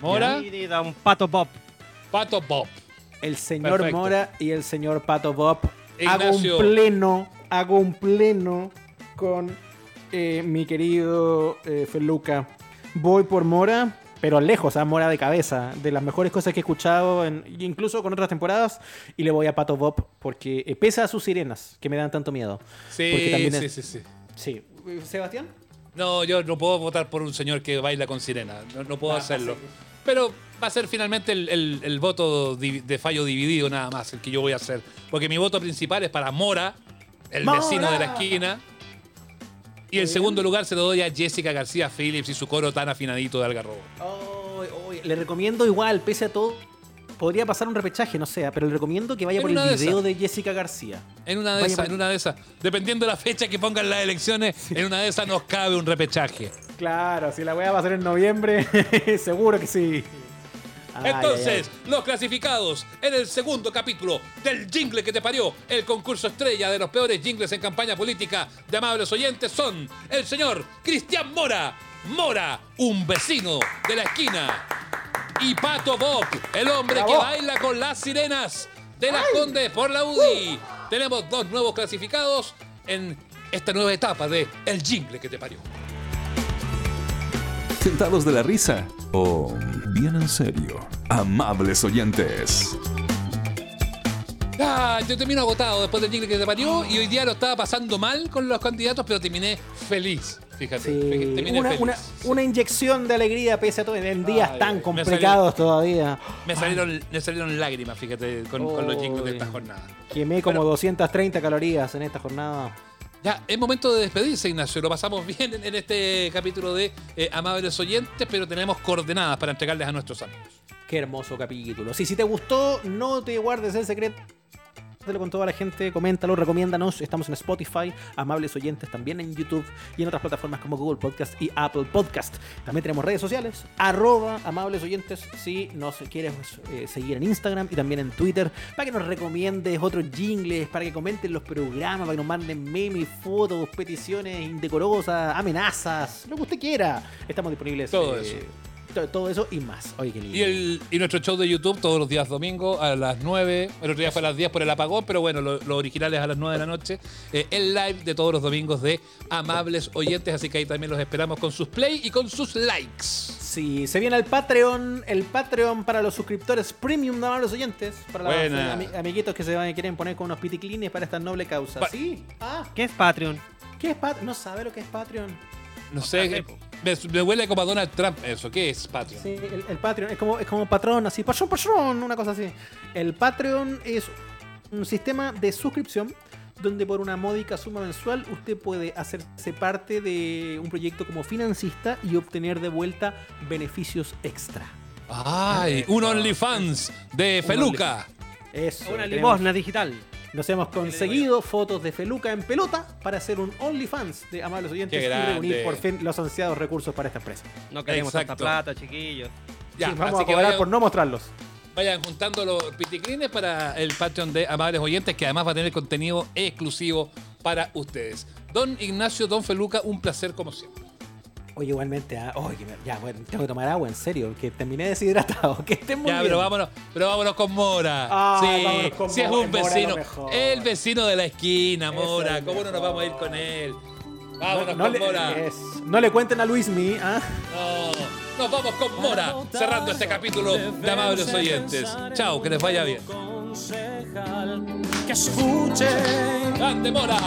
S2: Mora.
S4: Y da un pato pop.
S2: Pato Bob.
S3: El señor
S2: Perfecto.
S3: Mora y el señor Pato Bob. Hago
S2: Ignacio.
S3: un pleno, hago un pleno con eh, mi querido eh, Feluca. Voy por Mora, pero lejos, a Mora de cabeza. De las mejores cosas que he escuchado, en- incluso con otras temporadas. Y le voy a Pato Bob porque eh, pesa a sus sirenas, que me dan tanto miedo. Porque
S2: Sí,
S3: también
S2: sí,
S3: es-
S2: sí, sí.
S3: Sí. ¿Sebastián?
S2: No, yo no puedo votar por un señor que baila con sirena. No, no puedo hacerlo. Pero va a ser finalmente el, el- el voto di- de fallo dividido nada más, el que yo voy a hacer. Porque mi voto principal es para Mora, el vecino de la
S3: ¡Mora!
S2: esquina. Y en segundo lugar se lo doy a Jessica García Phillips y su coro tan afinadito de Algarrobo.
S3: Ay, ay, le recomiendo igual, pese a todo. Podría pasar un repechaje, no sé, pero le recomiendo que vaya
S2: En
S3: por el
S2: una de
S3: video
S2: esas.
S3: de Jessica García.
S2: En una de
S3: Vaya
S2: esas,
S3: por-
S2: en una de esas. Dependiendo de la fecha que pongan las elecciones, en una de esas nos cabe un repechaje.
S3: Claro, si la weá va a ser en noviembre, seguro que sí. Ay,
S2: Entonces, los clasificados en el segundo capítulo del jingle que te parió, el concurso estrella de los peores jingles en campaña política de amables oyentes son el señor Cristian Mora, Mora, un vecino de la esquina, y Pato Bob, el hombre que
S3: Bravo.
S2: baila con las sirenas de las Condes por la
S3: Uh.
S2: UDI. Tenemos dos nuevos clasificados en esta nueva etapa de el jingle que te parió.
S1: Tentados de la risa o bien en serio, amables oyentes.
S2: Ah, yo termino agotado después del jingle que te parió y hoy día lo estaba pasando mal con los candidatos, pero terminé feliz. Fíjate, fe-
S3: ay, ay.
S2: terminé
S3: Una,
S2: feliz.
S3: una- una inyección de alegría pese a todo en días
S2: Ay,
S3: tan
S2: me
S3: complicados todavía.
S2: Me, salieron, me salieron lágrimas, fíjate, con, con los jingles de esta jornada.
S3: Quemé como 230 calorías en esta jornada.
S2: Ya, es momento de despedirse, Ignacio. Lo pasamos bien en, en este capítulo de eh, Amables Oyentes, pero tenemos coordenadas para entregarles a nuestros amigos.
S3: Qué hermoso capítulo. Sí, si te gustó, no te guardes el secreto. Compártelo con toda la gente, coméntalo, recomiéndanos. Estamos en Spotify, amables oyentes también en YouTube y en otras plataformas como Google Podcast y Apple Podcast. También tenemos redes sociales, arroba amables oyentes si nos quieres eh, seguir en Instagram y también en Twitter para que nos recomiendes otros jingles, para que comenten los programas, para que nos manden memes, fotos, peticiones indecorosas, amenazas, lo que usted quiera. Estamos disponibles. eh,
S2: Todo
S3: to- Todo eso y más. Oye, qué lindo.
S2: Y, el, y nuestro show de YouTube todos los días domingo a las 9. El otro día fue a las 10 por el apagón, pero bueno, lo, lo original es a las 9 de la noche. Eh, el live de todos los domingos de Amables Oyentes, así que ahí también los esperamos con sus play y con sus likes.
S3: Sí, se viene el Patreon, el Patreon para los suscriptores premium, nada más los oyentes, para los
S2: Buena.
S3: ami- amiguitos que se van y quieren poner con unos piticlines para esta noble causa.
S2: Pa-
S3: sí. Ah,
S4: ¿Qué es Patreon?
S3: ¿qué es Patreon? No sabe lo que es Patreon.
S2: No sé, eh, me, me huele como a Donald Trump eso. ¿Qué es Patreon?
S3: Sí, el, el Patreon es como, es como patrón, así, patrón, patrón, una cosa así. El Patreon es un sistema de suscripción donde por una módica suma mensual usted puede hacerse parte de un proyecto como financista y obtener de vuelta beneficios extra.
S2: ¡Ay! Un OnlyFans de
S3: Ah, Un
S2: Feluca.
S3: Eso.
S4: Una
S3: tenemos-
S4: limosna digital.
S3: Nos hemos conseguido fotos de Feluca en pelota para hacer un OnlyFans de amables oyentes
S2: Qué
S3: y
S2: grande.
S3: reunir por fin los ansiados recursos para esta empresa.
S4: No queremos
S2: Exacto.
S4: tanta plata, chiquillos.
S2: Ya,
S3: Sí, vamos
S2: así
S3: a
S2: que
S3: cobrar
S2: vayan-
S3: por no mostrarlos.
S2: Vayan juntando los piticlines para el Patreon de Amables Oyentes, que además va a tener contenido exclusivo para ustedes. Don Ignacio, Don Feluca, un placer como siempre.
S3: Oye, igualmente, ah, oye, que me- ya, bueno, tengo que tomar agua, en serio, que terminé deshidratado. Que estén muy
S2: ya,
S3: bien.
S2: pero vámonos, pero vámonos con Mora.
S3: Ah,
S2: sí,
S3: vámonos con
S2: sí es
S3: Mora,
S2: un
S3: Mora es lo
S2: vecino.
S3: mejor.
S2: El vecino de la esquina,
S3: Es
S2: Mora.
S3: el
S2: ¿Cómo no nos
S3: mejor.
S2: vamos a ir con él?
S3: No-
S2: Vámonos
S3: no,
S2: con
S3: le,
S2: Mora.
S3: es- no le cuenten a Luismi, ¿ah?
S2: No, nos vamos con Mora, cerrando este capítulo de Amables Oyentes. Chao, que les vaya bien.
S11: Concejal, que escuche,
S2: ¡Grande Mora!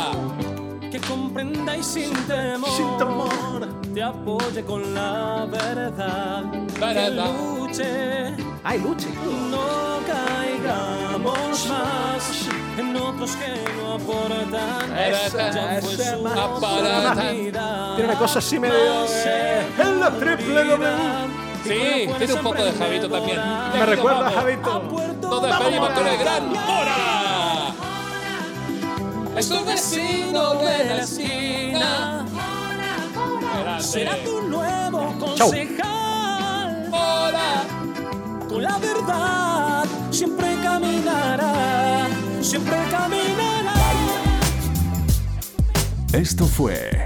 S11: que comprenda y sin temor, te apoye con la verdad. Que
S2: Verdad.
S11: luche,
S3: Ay, luche.
S11: no caigamos más en otros que no aportan.
S2: Esa,
S11: Ya fue
S2: esa,
S11: su
S2: aparata.
S11: oportunidad.
S3: Tiene una cosa así medio. eh, en la triple W.
S2: Sí, tiene un poco de Javito también.
S12: Me recuerda a Javito.
S2: Toda calle Pastora de Gran Mora. Es un vecino de la esquina.
S11: Será tu nuevo
S12: Chau.
S11: concejal. Con la verdad siempre caminará, siempre caminará.
S1: Esto fue